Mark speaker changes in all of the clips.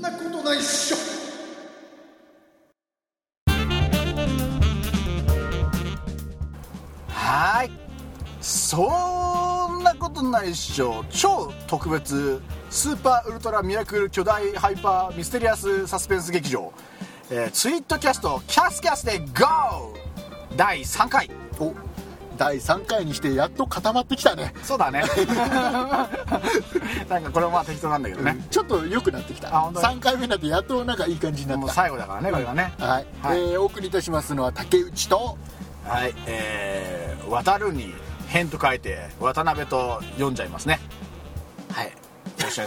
Speaker 1: 一緒はいそんなことないっしょ超特別スーパーウルトラミラクル巨大ハイパーミステリアスサスペンス劇場、えーツイートキャストキャスキャスで GO! 第3回
Speaker 2: お第3回にしてやっと固まってきたね、
Speaker 1: そうだね なんかこれもまあ適当なんだけどね、
Speaker 2: ちょっと良くなってきた
Speaker 1: あ本当に
Speaker 2: 3回目になってやっとなんかいい感じにな
Speaker 1: もう
Speaker 2: った
Speaker 1: 最後だからねこれがね
Speaker 2: はい、
Speaker 1: はい
Speaker 2: えーお送りいたしますのは竹内と
Speaker 1: はいえー、渡るに変と書いて渡辺と読んじゃいますねはいよろしくお願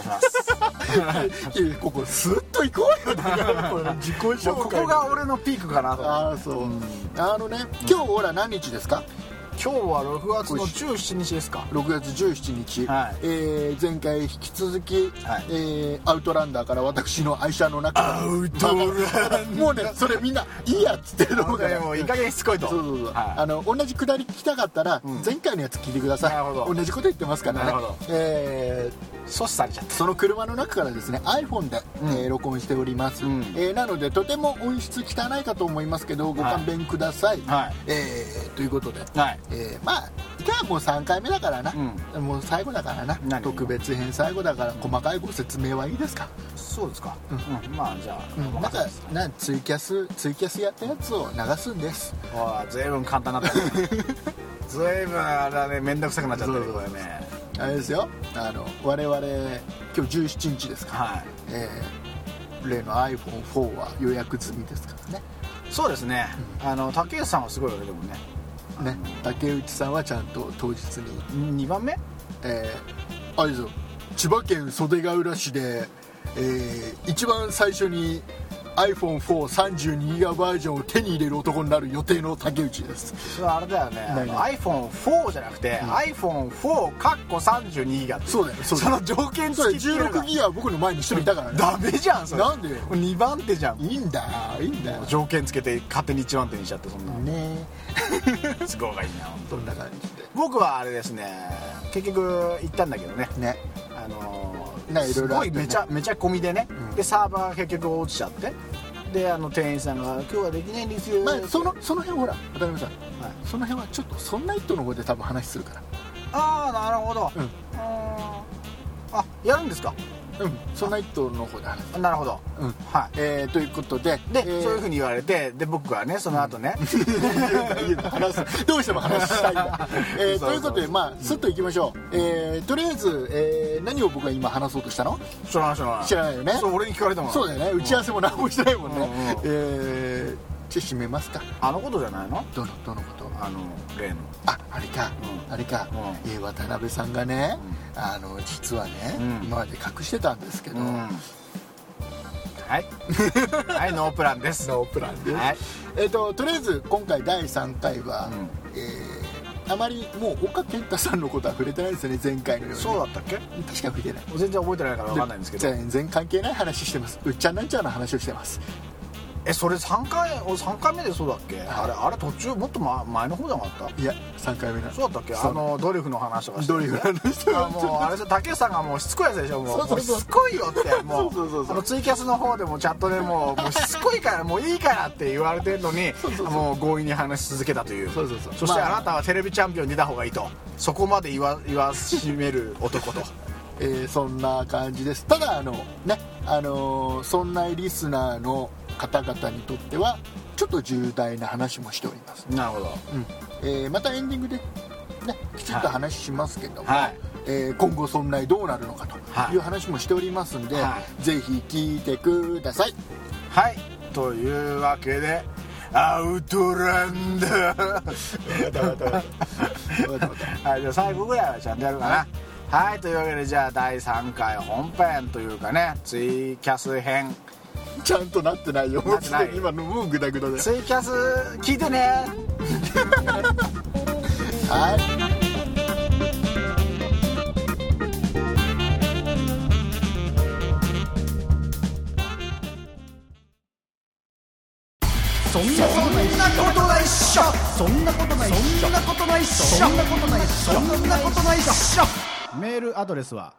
Speaker 1: いします
Speaker 2: いやここスッと行こうよだからこれ 自己紹介
Speaker 1: もうここが俺のピークかなと
Speaker 2: ああそう、あのね今日ほら何日ですか
Speaker 1: 今日は6月の17日ですか
Speaker 2: 6月17日、
Speaker 1: はい
Speaker 2: えー前回引き続き、
Speaker 1: はい
Speaker 2: えーアウトランダーから私の愛車の中から
Speaker 1: アウトランダー
Speaker 2: もうねそれみんないいやっつってるの
Speaker 1: 僕
Speaker 2: がね
Speaker 1: はもういい加減しつこいと
Speaker 2: そうそうそう、
Speaker 1: はい
Speaker 2: あの同じくだり聞きたかったら、
Speaker 1: ん
Speaker 2: 前回のやつ聞いてください
Speaker 1: なるほど
Speaker 2: 同じこと言ってますからね
Speaker 1: なるほど
Speaker 2: え
Speaker 1: 阻止されちゃっ
Speaker 2: ーその車の中からですね iPhone で、えー録音しております、
Speaker 1: うん
Speaker 2: えーなのでとても音質汚いかと思いますけどご勘弁ください、
Speaker 1: はい
Speaker 2: えーということで、
Speaker 1: たはい
Speaker 2: えーまあじゃあもう3回目だからな、もう最後だからな
Speaker 1: 何
Speaker 2: 特別編最後だから細かいご説明はいいですか、
Speaker 1: そうですか、うんまあじゃあ、
Speaker 2: なんかなんツイキャスツイキャスやったやつを流すんです
Speaker 1: わ あずいぶん簡単だったねずいぶんあれはね面倒くさくなっちゃったね
Speaker 2: そう
Speaker 1: これね
Speaker 2: あれですよあの我々今日17日ですか、
Speaker 1: は
Speaker 2: えー例の iPhone4 は予約済みですからね
Speaker 1: いそうですね、あの竹内さんはすごいよねでもね
Speaker 2: ね竹内さんはちゃんと当日に、
Speaker 1: 2番目
Speaker 2: えーあれですよ千葉県袖ケ浦市で、えー一番最初に iPhone432 ギガバージョンを手に入れる男になる予定の竹内です
Speaker 1: それはあれだよねあの
Speaker 2: 何
Speaker 1: iPhone4 じゃなくて、iPhone4 かっこ32ギガって
Speaker 2: そうだよそうだ
Speaker 1: そ
Speaker 2: よ
Speaker 1: の条件
Speaker 2: それ
Speaker 1: 付きっていうのが
Speaker 2: 16ギガは僕の前に一人いたからね
Speaker 1: ダメじゃんそれ
Speaker 2: なんでよ
Speaker 1: 2番手じゃん
Speaker 2: いいんだよいいんだよ
Speaker 1: 条件つけて勝手に1番手にしちゃって そんな
Speaker 2: ね
Speaker 1: 都合がいいな本当
Speaker 2: そんな感じ
Speaker 1: 僕はあれですね結局行ったんだけどね
Speaker 2: でね
Speaker 1: あのー
Speaker 2: ねいろい
Speaker 1: す
Speaker 2: ろあっ
Speaker 1: ご
Speaker 2: て
Speaker 1: い
Speaker 2: ね
Speaker 1: めちゃめちゃ込みでね、
Speaker 2: ん
Speaker 1: でサーバーが結局落ちちゃってであの店員さんが「今日はできないんですよ」
Speaker 2: まあ
Speaker 1: って、
Speaker 2: そのその辺ほら渡辺さん
Speaker 1: はい
Speaker 2: その辺はちょっとそんな人の方で多分話するか
Speaker 1: ああなるほど、
Speaker 2: うん
Speaker 1: うーんあやるんですから
Speaker 2: うんそんな人の方で話す
Speaker 1: なるほど、
Speaker 2: うん
Speaker 1: は
Speaker 2: えーということで
Speaker 1: いで、
Speaker 2: えー
Speaker 1: そういうふうに言われてで僕はねその後ね、
Speaker 2: いいの話す どうしても話したいんだ、えー
Speaker 1: そうそう
Speaker 2: ということでまあスッといきましょう、えーとりあえず、えー何を僕が今話そうとしたの
Speaker 1: 知らない知らない
Speaker 2: 知らないよね
Speaker 1: そう俺に聞かれたもん
Speaker 2: そうだよね打ち合わせも何もしてないもんね、
Speaker 1: うんうん
Speaker 2: えーじゃあ締めますか
Speaker 1: あのことじゃないの
Speaker 2: どのどのこと
Speaker 1: あの例の
Speaker 2: ああれか、
Speaker 1: うん
Speaker 2: あれか、
Speaker 1: う
Speaker 2: えー渡辺さんがね、あの実はね、
Speaker 1: うん
Speaker 2: 今まで隠してたんですけど、
Speaker 1: はい はいノープランです
Speaker 2: ノープランです
Speaker 1: はい
Speaker 2: えー、ととりあえず今回第3回は、
Speaker 1: うん
Speaker 2: えーあまりもう岡健太さんのことは触れてないですよね前回のように
Speaker 1: そうだったっけ
Speaker 2: 確か触れてない
Speaker 1: 全然覚えてないから分かんないんですけど
Speaker 2: 全然関係ない話してますうっちゃんなんちゃんの話をしてます
Speaker 1: えそれ3回お三回目でそうだっけあれあれ途中もっと前前の方じゃなかっ
Speaker 2: いや3回目な
Speaker 1: たそうだったっけ
Speaker 2: そう
Speaker 1: あのドリフの話とかして
Speaker 2: ドリフの話と
Speaker 1: あ
Speaker 2: か
Speaker 1: もうあれです竹内さんがもうしつこいやつでしょもう
Speaker 2: そうそうそう
Speaker 1: もうしつこいよってもう
Speaker 2: そうそうそうそう
Speaker 1: あのツイキャスの方でもチャットでももうしつこいからもういいからって言われてるのにもう強引に話し続けたという
Speaker 2: そうそうそう
Speaker 1: して
Speaker 2: まあ
Speaker 1: あなたはテレビチャンピオンに出た方がいいとそこまで言わ言わしめる男 と
Speaker 2: えーそんな感じですただあのねあのーそんなリスナーの方々にとってはちょっと重大な話もしております、
Speaker 1: なるほど
Speaker 2: うんえーまたエンディングでねきちんと話しますけども、
Speaker 1: はい
Speaker 2: えー今後そんなにどうなるのかと
Speaker 1: はい
Speaker 2: いう話もしておりますんで、
Speaker 1: は
Speaker 2: ぜひ聞いてく ださい
Speaker 1: はいというわけでアウトランダー
Speaker 2: わかったわかった
Speaker 1: はいじゃあ最後ぐらいはちゃんとやるかなはいというわけでじゃあ第3回本編というかねツイキャス編
Speaker 2: ちゃんとなってないよ
Speaker 1: なってない
Speaker 2: もうすでに今のもうグダグダで
Speaker 1: ツイキャス聞いてね
Speaker 2: はい
Speaker 3: そんなことないそんなことないっしょそんなことないそんなことないっしょそんなことないそんなことないっしょメールアドレスは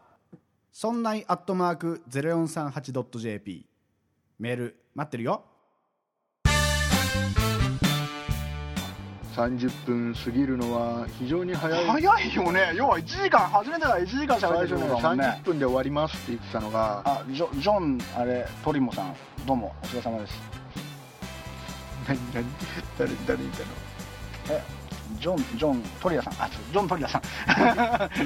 Speaker 3: そんないアットマーク 0438.jp メール待ってるよ
Speaker 4: 30分過ぎるのは非常に早い
Speaker 1: 早いよね要は1時間初めてから1時間しゃ
Speaker 4: 最
Speaker 1: べっ
Speaker 4: 初
Speaker 1: てる
Speaker 4: ね
Speaker 1: のだもんね
Speaker 4: 30分で終わりますって言ってたのが
Speaker 1: あジョジョンあれトリモさんどうもお疲れ様です
Speaker 4: 何何誰誰いたの
Speaker 1: えジョンジョントリアさんあそうジョントリアさん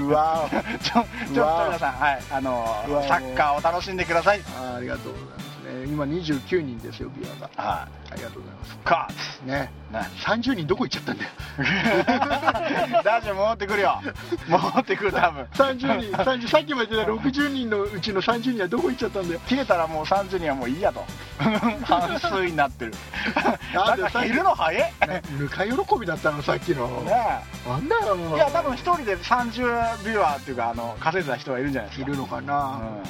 Speaker 4: うわー
Speaker 1: ジョンジ
Speaker 4: う
Speaker 1: ョン
Speaker 4: わ
Speaker 1: トリアさんはいあの
Speaker 4: うわ
Speaker 1: サッカーを楽しんでください
Speaker 4: あーありがとうございますね今29人ですよビアが
Speaker 1: は
Speaker 4: ありがとうございます
Speaker 1: いか
Speaker 4: ね
Speaker 1: ね
Speaker 4: 30人どこ行っちゃったんだよ
Speaker 1: 大丈夫戻ってくるよ戻ってくる多分
Speaker 4: 30人30さっ きまで言ってた60人のうちの30人はどこ行っちゃったんだよ
Speaker 1: 切れたらもう30人はもういいやと 半数になってる
Speaker 4: な
Speaker 1: なん
Speaker 4: で
Speaker 1: んかいるの早いね
Speaker 4: ぬか喜びだったのさっきのなんだよ
Speaker 1: いや多分一人で30ビュアーっていうかあの稼いだ人がいるんじゃないです
Speaker 4: い
Speaker 1: か
Speaker 4: るのか
Speaker 1: う
Speaker 4: な、
Speaker 1: ん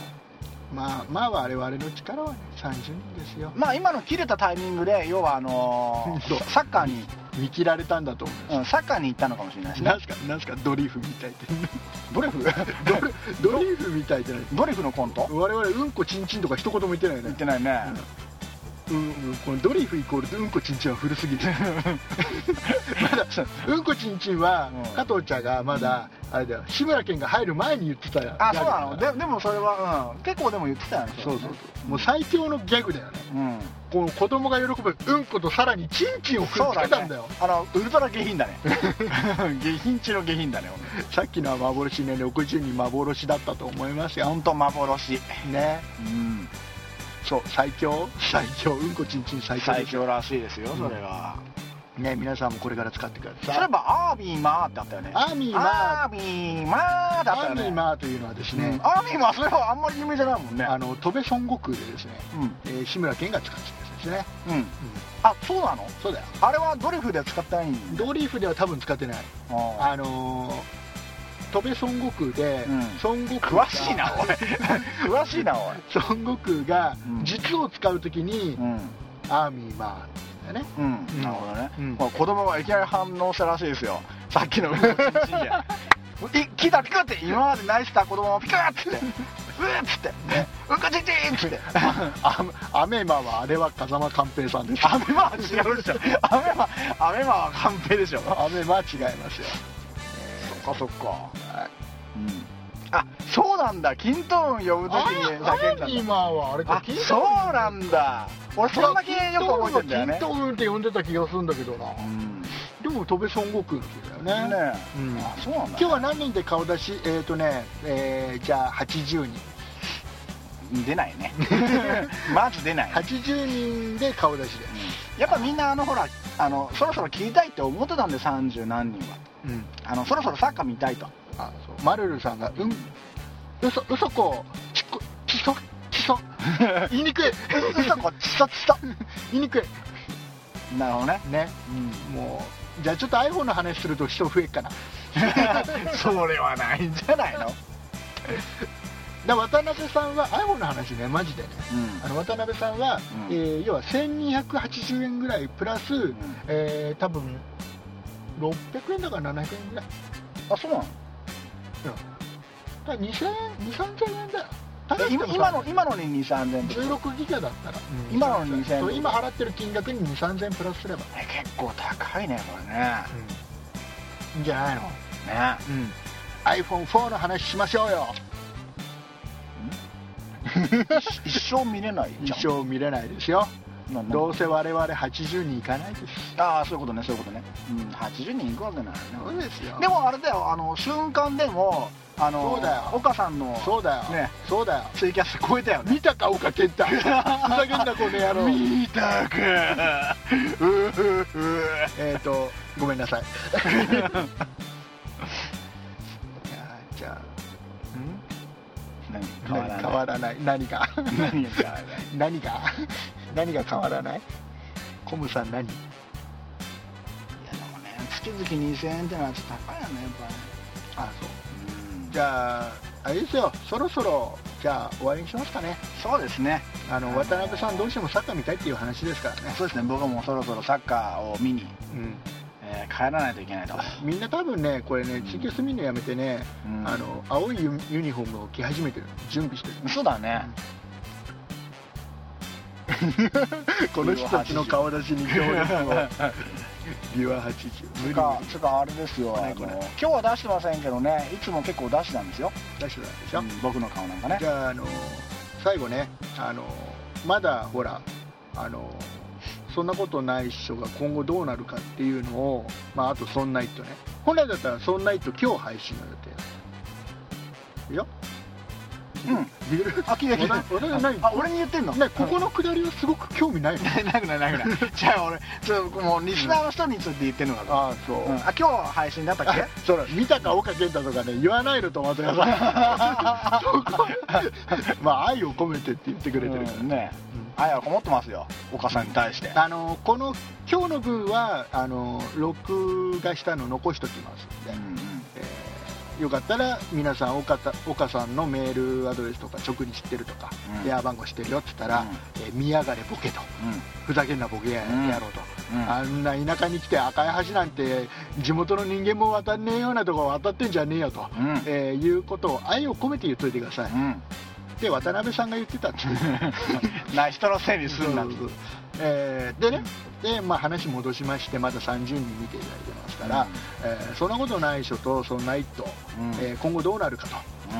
Speaker 4: まあまあ我々の力はね30人ですよ
Speaker 1: まあ今の切れたタイミングで要はあのー
Speaker 4: そう
Speaker 1: サッカーに、
Speaker 4: 見切られたんだと思
Speaker 1: うん、サッカーに行ったのかもしれないです
Speaker 4: う
Speaker 1: ね
Speaker 4: なんすかなんすかドリフみたいって
Speaker 1: ドリフ
Speaker 4: ドリフみたいってない
Speaker 1: ドリフのコント
Speaker 4: 我々うんこちんちんとか一言も言ってない
Speaker 1: 言っ
Speaker 4: ね
Speaker 1: てないね、
Speaker 4: うんうんこのドリフイコールうんこちんちんは古すぎ るまだうんこちんちんは
Speaker 1: うん
Speaker 4: 加藤茶がまだあれだよ志村けんが入る前に言ってたよ
Speaker 1: あそうなの
Speaker 4: ギャグだか
Speaker 1: ででもそれは、うん、結構でも言ってたよね
Speaker 4: らそうそうそうもう最強のギャグだよね
Speaker 1: うん
Speaker 4: この子供が喜ぶうんことさらにちんちんをくっ
Speaker 1: そう
Speaker 4: つけ
Speaker 1: だ
Speaker 4: た
Speaker 1: ね
Speaker 4: んだよ
Speaker 1: あのウルトラ下品 だね下品中の下品だね
Speaker 4: さっきのは幻ね60人幻だったと思いますよ
Speaker 1: 本当幻
Speaker 4: ね
Speaker 1: うん
Speaker 4: そう最強最強うんこちんちん最強
Speaker 1: 最
Speaker 4: です
Speaker 1: 強らしいですよそれは、
Speaker 4: ね皆さんもこれから使ってくだ
Speaker 1: そうい
Speaker 4: さ
Speaker 1: え
Speaker 4: い
Speaker 1: ばアービーマーってあったよね
Speaker 4: アーミーマー
Speaker 1: アービーマーだった
Speaker 4: ア
Speaker 1: よ
Speaker 4: ー
Speaker 1: ね
Speaker 4: ミーマーというのはです
Speaker 1: うん
Speaker 4: ね、
Speaker 1: アーミーマーそれはあんまり有名じゃないもんね
Speaker 4: あの戸部孫悟空でですね、
Speaker 1: うん
Speaker 4: えー志村けんが使ってたやつですね、
Speaker 1: うんあそうなの
Speaker 4: そうだよ
Speaker 1: あれはドリフで使ってないんだ
Speaker 4: ドリーフでは多分使ってない
Speaker 1: あ
Speaker 4: あのー、戸部孫悟空で、
Speaker 1: うん
Speaker 4: 孫悟
Speaker 1: ー
Speaker 4: 空が
Speaker 1: 詳しいな おい詳しいなおい
Speaker 4: 孫悟空が
Speaker 1: うん
Speaker 4: 実を使うときに、
Speaker 1: うん
Speaker 4: アーミーマーって言うんだよね
Speaker 1: うんなるほどね、
Speaker 4: うん
Speaker 1: これ子供がいきなり反応したらしいですよさっきのうんこちんちんで い聞いたピカって今まで泣いてた子供をピカッつってうーっつってうんこちんちんっつって
Speaker 4: アアメマはあれは風間寛平さんです
Speaker 1: アベマは違うでしょアベマアベマは完璧でしょそ
Speaker 4: アメマは違いますよ
Speaker 1: っかそっか
Speaker 4: はい
Speaker 1: うんあそうなんだ均等運呼ぶ時に叫ん
Speaker 4: あ
Speaker 1: だん
Speaker 4: アー
Speaker 1: だ
Speaker 4: ミーマーはあれ
Speaker 1: あ
Speaker 4: か金
Speaker 1: そ
Speaker 4: 太郎
Speaker 1: うなんだ俺そんだけよく覚えてんだよね
Speaker 4: 金太郎って呼んでた気がするんだけどな
Speaker 1: うんね
Speaker 4: でも戸部孫悟空の気だよね
Speaker 1: え、
Speaker 4: うん
Speaker 1: あそうなん
Speaker 4: 今
Speaker 1: だ
Speaker 4: 日は何人で顔出しえっ、ー、とね、えーじゃあ80人
Speaker 1: 出ない ねまず出ない、
Speaker 4: 80人で顔出しで
Speaker 1: やっぱみんなあのほらあのそろそろ切りたいって思ってたんで30何人は
Speaker 4: うん
Speaker 1: あのそろそろサッカー見たいと
Speaker 4: あそうマルルさんが「うんうそうそこちこちそち そ言いにくい
Speaker 1: 嘘こちそちそ
Speaker 4: 言いにくい
Speaker 1: なるほどね、
Speaker 4: ねもうじゃあちょっと iPhone の話すると人増えっかな
Speaker 1: それはないんじゃないの
Speaker 4: だ渡辺さんは iPhone の話ねマジでねあの渡辺さんは、
Speaker 1: うん
Speaker 4: えー要は1280円ぐらいプラス、えー多分600円だから700円ぐらい
Speaker 1: あそうなの
Speaker 4: だから2000円2000円だよ
Speaker 1: え今今の今のに2000円とか
Speaker 4: 16ギガだったら、
Speaker 1: 今のに2000円
Speaker 4: そう今払ってる金額に2000円プラスすれば
Speaker 1: え結構高いねこれね
Speaker 4: いいんじゃないの、
Speaker 1: ね
Speaker 4: iPhone4 の話しましょうよ
Speaker 1: 一生見れないじ
Speaker 4: 一
Speaker 1: ゃん
Speaker 4: 生見れないですよ
Speaker 1: なな
Speaker 4: どうせ我々80人いかないです
Speaker 1: ああそういうことねそういうことね、うん、80人いくわけないな
Speaker 4: ですよ
Speaker 1: でもあれだよあの瞬間でもあの
Speaker 4: そうだよ
Speaker 1: 岡さんの
Speaker 4: そうだよ、
Speaker 1: ね
Speaker 4: そうだよ
Speaker 1: ツイキャス超えたよね
Speaker 4: 見たか岡健太 ふざけんなこの野郎
Speaker 1: 見 たくうふふ
Speaker 4: えっとごめんなさい いやーじゃ
Speaker 1: 何
Speaker 4: あ
Speaker 1: 変
Speaker 4: 変わ
Speaker 1: わらない
Speaker 4: らない何が
Speaker 1: 何変わらない
Speaker 4: 何が 何が変わらないコムさん何
Speaker 1: いやでもね月々2000円ってのはちょっと高いよねやっぱり
Speaker 4: あそう
Speaker 1: うん
Speaker 4: じゃああれですよそろそろじゃあ終わりにしますかね
Speaker 1: そうですね
Speaker 4: あの渡辺さんどうしてもサッカー見たいっていう話ですからね、
Speaker 1: そうですね僕はもうそろそろサッカーを見に、
Speaker 4: うん、
Speaker 1: えー帰らないといけないと
Speaker 4: みんな多分ねこれね地球住みのやめてね、
Speaker 1: うん
Speaker 4: あの青いユユニフォームを着始めてる準備してる
Speaker 1: そうだね、
Speaker 4: この人たちの顔出しに行列をビワ80無理
Speaker 1: つかつかあれですよあの
Speaker 4: これこれ
Speaker 1: 今日は出してませんけどねいつも結構出してたんですよ、
Speaker 4: 出してたでし
Speaker 1: う
Speaker 4: ょ、
Speaker 1: ん僕の顔なんかね
Speaker 4: じゃああの最後ねあのまだほらあのそんなことない人が今後どうなるかっていうのを、まあ、あと「そんなイットね本来だったら「そんなイット今日配信の予定だったいいようんできる
Speaker 1: あきれい
Speaker 4: 俺俺何
Speaker 1: あ俺に言ってんの
Speaker 4: ねここのくだりはすごく興味ないの
Speaker 1: なくないなくないじゃあ俺ちょっともうリスナーの人について言ってんのかな、
Speaker 4: ああそう、
Speaker 1: うんあ今日配信だった っけ
Speaker 4: あそうだ見たか岡健太とかね言わないのとまたやばいそこまあ愛を込めてって言ってくれてるから、
Speaker 1: うんね愛はこもってますよ岡さんに対して、
Speaker 4: あのこの今日の分はあの録画したの残しときますんで、よかったら皆さん岡田岡さんのメールアドレスとか直に知ってるとか、
Speaker 1: うん
Speaker 4: 電話番号知ってるよって言ったら、
Speaker 1: うん
Speaker 4: えー見やがれボケとふざけんなボケや
Speaker 1: うん
Speaker 4: やろうと、
Speaker 1: うん
Speaker 4: あんな田舎に来て赤い橋なんて地元の人間も渡んねえようなとこ渡ってんじゃねえよと、
Speaker 1: うん
Speaker 4: えーいうことを愛を込めて言っといてください、
Speaker 1: うん、うん
Speaker 4: で渡辺さんが言ってたんです
Speaker 1: な人のせいにす
Speaker 4: そ
Speaker 1: ん
Speaker 4: うな
Speaker 1: なっ
Speaker 4: ん
Speaker 1: て
Speaker 4: です、えーでねで、まあ、話戻しましてまだ30人見ていただいてますから、
Speaker 1: うん
Speaker 4: えーそんなことない人とそんな一と、
Speaker 1: うん
Speaker 4: えー今後どうなるかと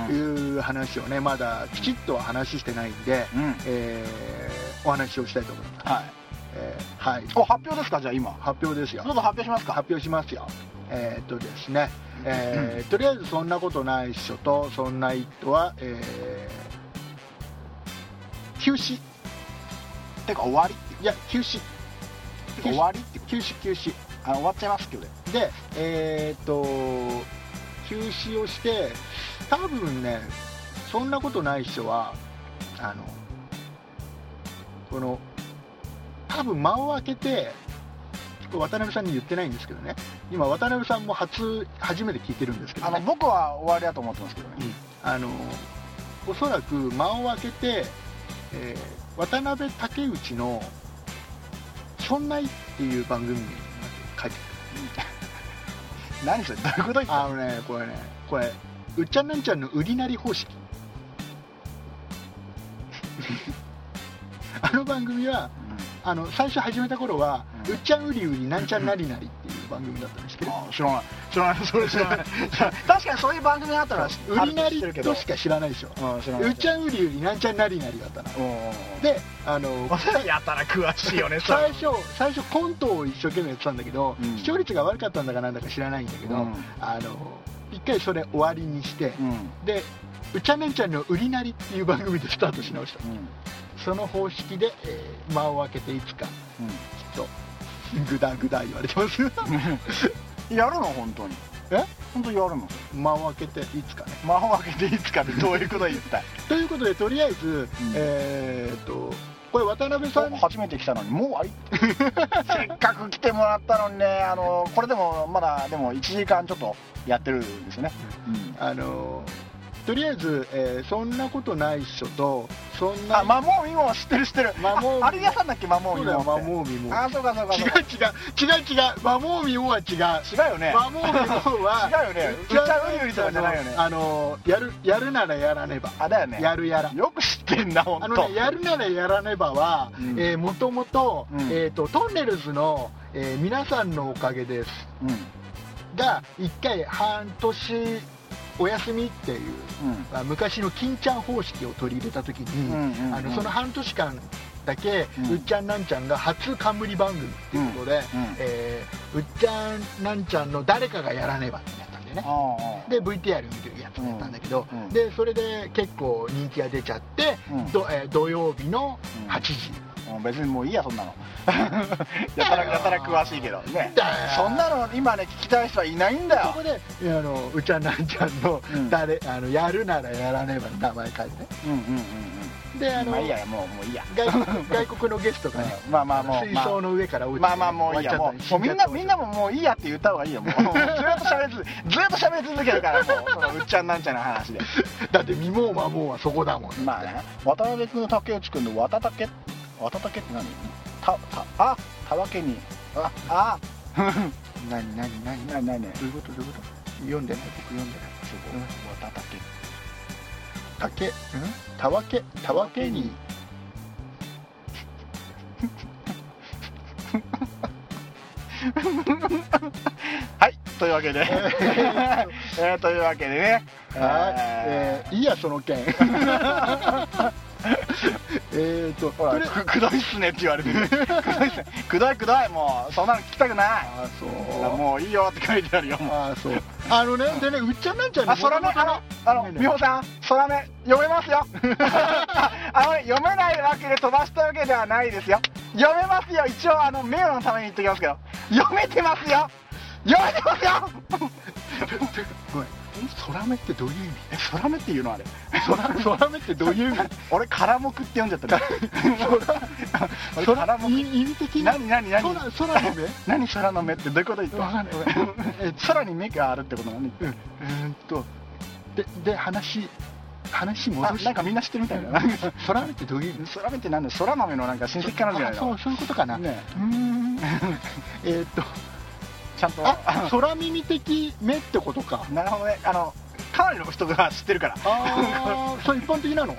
Speaker 1: う
Speaker 4: い
Speaker 1: ん
Speaker 4: う話をねまだきちっとは話してないんで、
Speaker 1: うん
Speaker 4: えーお話をしたいと思います、
Speaker 1: はい
Speaker 4: えーはい、
Speaker 1: お発表ですかじゃあ今
Speaker 4: 発表ですよ
Speaker 1: ちょっと発表しますか
Speaker 4: 発表しますよえーっとですね、えーとりあえずそんなことない人とそんな一とは、えー休止
Speaker 1: てか終わりって
Speaker 4: いや休止
Speaker 1: いうか終わりっていう
Speaker 4: 休止休止
Speaker 1: あ終わっちゃいますけ ど
Speaker 4: でえーっと休止をして多分ねそんなことない人はあのこの多分間を空けてこれ渡辺さんに言ってないんですけどね今渡辺さんも初初めて聞いてるんですけど、
Speaker 1: あ
Speaker 4: ね、
Speaker 1: の僕は終わりだと思ってますけどね
Speaker 4: あのおそらく間を空けて、えー渡辺竹内の「そんない」っていう番組に書いて
Speaker 1: 何それどういうこと言ってんの
Speaker 4: あのねこれねこれうっちゃんなんちゃんの売りなり 方式あの番組はあの最初始めた頃は、う
Speaker 1: うん
Speaker 4: っちゃん売り売りなんちゃんなりなりっていう番組だったんですけど
Speaker 1: あ知らない知らないそ れ知らない確かにそういう番組があったら知
Speaker 4: 売りな
Speaker 1: 知っ
Speaker 4: り
Speaker 1: てるけど
Speaker 4: としか知らないでしょ
Speaker 1: うん知らな
Speaker 4: う
Speaker 1: い
Speaker 4: っちゃん売り売りなんちゃんなりなりだったな
Speaker 1: うんうんうん
Speaker 4: であの
Speaker 1: やたら詳しいよねそれ
Speaker 4: 最初最初コントを一生懸命やってたんだけど、
Speaker 1: うん
Speaker 4: 視聴率が悪かったんだかなんだか知らないんだけど、
Speaker 1: うん
Speaker 4: あの一回それ終わりにして、
Speaker 1: うん
Speaker 4: で「うちゃねんちゃんの売りなり」っていう番組でスタートし直した
Speaker 1: うん
Speaker 4: その方式で、えー間を空けていつかきっ
Speaker 1: う
Speaker 4: とグダグダ言われてます
Speaker 1: ん やるの本当に
Speaker 4: え
Speaker 1: 本当にや るの
Speaker 4: 間を空けていつかね
Speaker 1: 間を空けていつかでどういうこと言ったい
Speaker 4: ということでとりあえず、えーっとこれ渡辺さん
Speaker 1: 初めて来たのにもう終わりせっかく来てもらったのにねあのこれでもまだでも1時間ちょっとやってるんですよねうん
Speaker 4: あのとりあえず、えーそんなことないっしょとそんな
Speaker 1: あマモーミモ知ってる知ってる
Speaker 4: マモーミモ
Speaker 1: ああれ屋さんだっけマモー
Speaker 4: そ
Speaker 1: ミ
Speaker 4: うだ
Speaker 1: モ
Speaker 4: よ
Speaker 1: っ
Speaker 4: 摩
Speaker 1: て
Speaker 4: 耗見も
Speaker 1: あそうかそうか
Speaker 4: 違
Speaker 1: そうう
Speaker 4: 違
Speaker 1: か
Speaker 4: う違う違う摩耗見もは違う
Speaker 1: 違うよね
Speaker 4: 摩耗見もは
Speaker 1: 違うよね
Speaker 4: っちゃ
Speaker 1: うっちゃうよりとかじゃないよね
Speaker 4: あのやるやるならやらねば
Speaker 1: あだよね
Speaker 4: やるやら
Speaker 1: よく知ってんな本
Speaker 4: あ
Speaker 1: 当
Speaker 4: のね、やるならやらねばは、
Speaker 1: うん
Speaker 4: えーもともと,、
Speaker 1: うん
Speaker 4: えー、とトンネルズの、えー皆さんのおかげです
Speaker 1: うん
Speaker 4: が一回半年お休みっていう、
Speaker 1: うん
Speaker 4: まあ昔の金ちゃん方式を取り入れた時に、
Speaker 1: うんうんうん
Speaker 4: あのその半年間だけ、う
Speaker 1: う
Speaker 4: んっちゃんなんちゃんが初冠番組っていうことで、えーうっちゃんなんちゃんの誰かがやらねばってなったんでね
Speaker 1: ああ
Speaker 4: で VTR 見るやつだったんだけど、
Speaker 1: うんうん
Speaker 4: でそれで結構人気が出ちゃって、
Speaker 1: うん
Speaker 4: どえー土曜日の
Speaker 1: うん
Speaker 4: 8時、
Speaker 1: もう別にもういいやそんなの やたらやたら詳しいけどね
Speaker 4: だよ
Speaker 1: そんなの今ね聞きたい人はいないんだ
Speaker 4: そ
Speaker 1: よ
Speaker 4: こでいやあのうちゃんなんちゃんの
Speaker 1: うん
Speaker 4: 誰、あのやるならやらねばの名前書いてね
Speaker 1: うんうんうん
Speaker 4: であ
Speaker 1: うん
Speaker 4: の、
Speaker 1: まあいいやもうもういいや
Speaker 4: 外国外国のゲストがね、
Speaker 1: まあまあもう
Speaker 4: 水
Speaker 1: まあ
Speaker 4: 槽の上から落ちて、
Speaker 1: まあまあもういいやもうもうみんなみんなももういいやって言った方がいいよ もうずっと喋り続けずっと喋り続けるからもうそのうっちゃんなんちゃんの話で
Speaker 4: だって未もまもうはそこだもん
Speaker 1: まあね渡辺君竹内君の渡竹渡竹って何たたあたわけにああ
Speaker 4: 何何何
Speaker 1: ななね
Speaker 4: どういうことどういうこと読んでない僕読んでない
Speaker 1: すごい渡竹
Speaker 4: 竹たわけたわけに
Speaker 1: はいという わけで、えーというわけでね
Speaker 4: はい、
Speaker 1: え
Speaker 4: えー、いいやその件 えっと
Speaker 1: ーほ
Speaker 4: と
Speaker 1: ら
Speaker 4: りあえず
Speaker 1: くくどいっすねって言われてねくどいっすねくどいくどいもうそんなの聞きたくない
Speaker 4: あそう
Speaker 1: もういいよって書いてあるよもう
Speaker 4: あそうあのねでねうっちゃんなんちゃんね
Speaker 1: あ、空目、あの、あの、
Speaker 4: ねえねえ
Speaker 1: 美穂さん、空目、読めますよ。 あのね、読めないわけで飛ばしたわけではないですよ。読めますよ、一応、あの、名誉のために言っておきますけど。読めてますよ。読めてますよ。
Speaker 4: ごめん空目ってどういう意味
Speaker 1: え、空目っていうのあれ。
Speaker 4: 空空目ってどういう意味
Speaker 1: 俺、空目って読んじゃったね。
Speaker 4: 空
Speaker 1: 空目。
Speaker 4: 意味的に
Speaker 1: 何、何、何。
Speaker 4: 空空 の目
Speaker 1: 何空の目ってどういうこと言って
Speaker 4: わかんないわかんないえっと
Speaker 1: 空に目があるってことなのに、
Speaker 4: うんうーんとでで話話
Speaker 1: あ
Speaker 4: 戻し
Speaker 1: なんかみんな知ってるみたいだな
Speaker 4: 空目ってどういう意味
Speaker 1: 空目ってなんだ空豆のなんか親戚かなんじゃない
Speaker 4: あそ
Speaker 1: の
Speaker 4: うそういうことかな、
Speaker 1: ね
Speaker 4: うー んえっと
Speaker 1: ちゃんと
Speaker 4: あ空耳的目ってことか
Speaker 1: なるほどねあのかなりの人が知ってるから
Speaker 4: ああ それ一般的なの、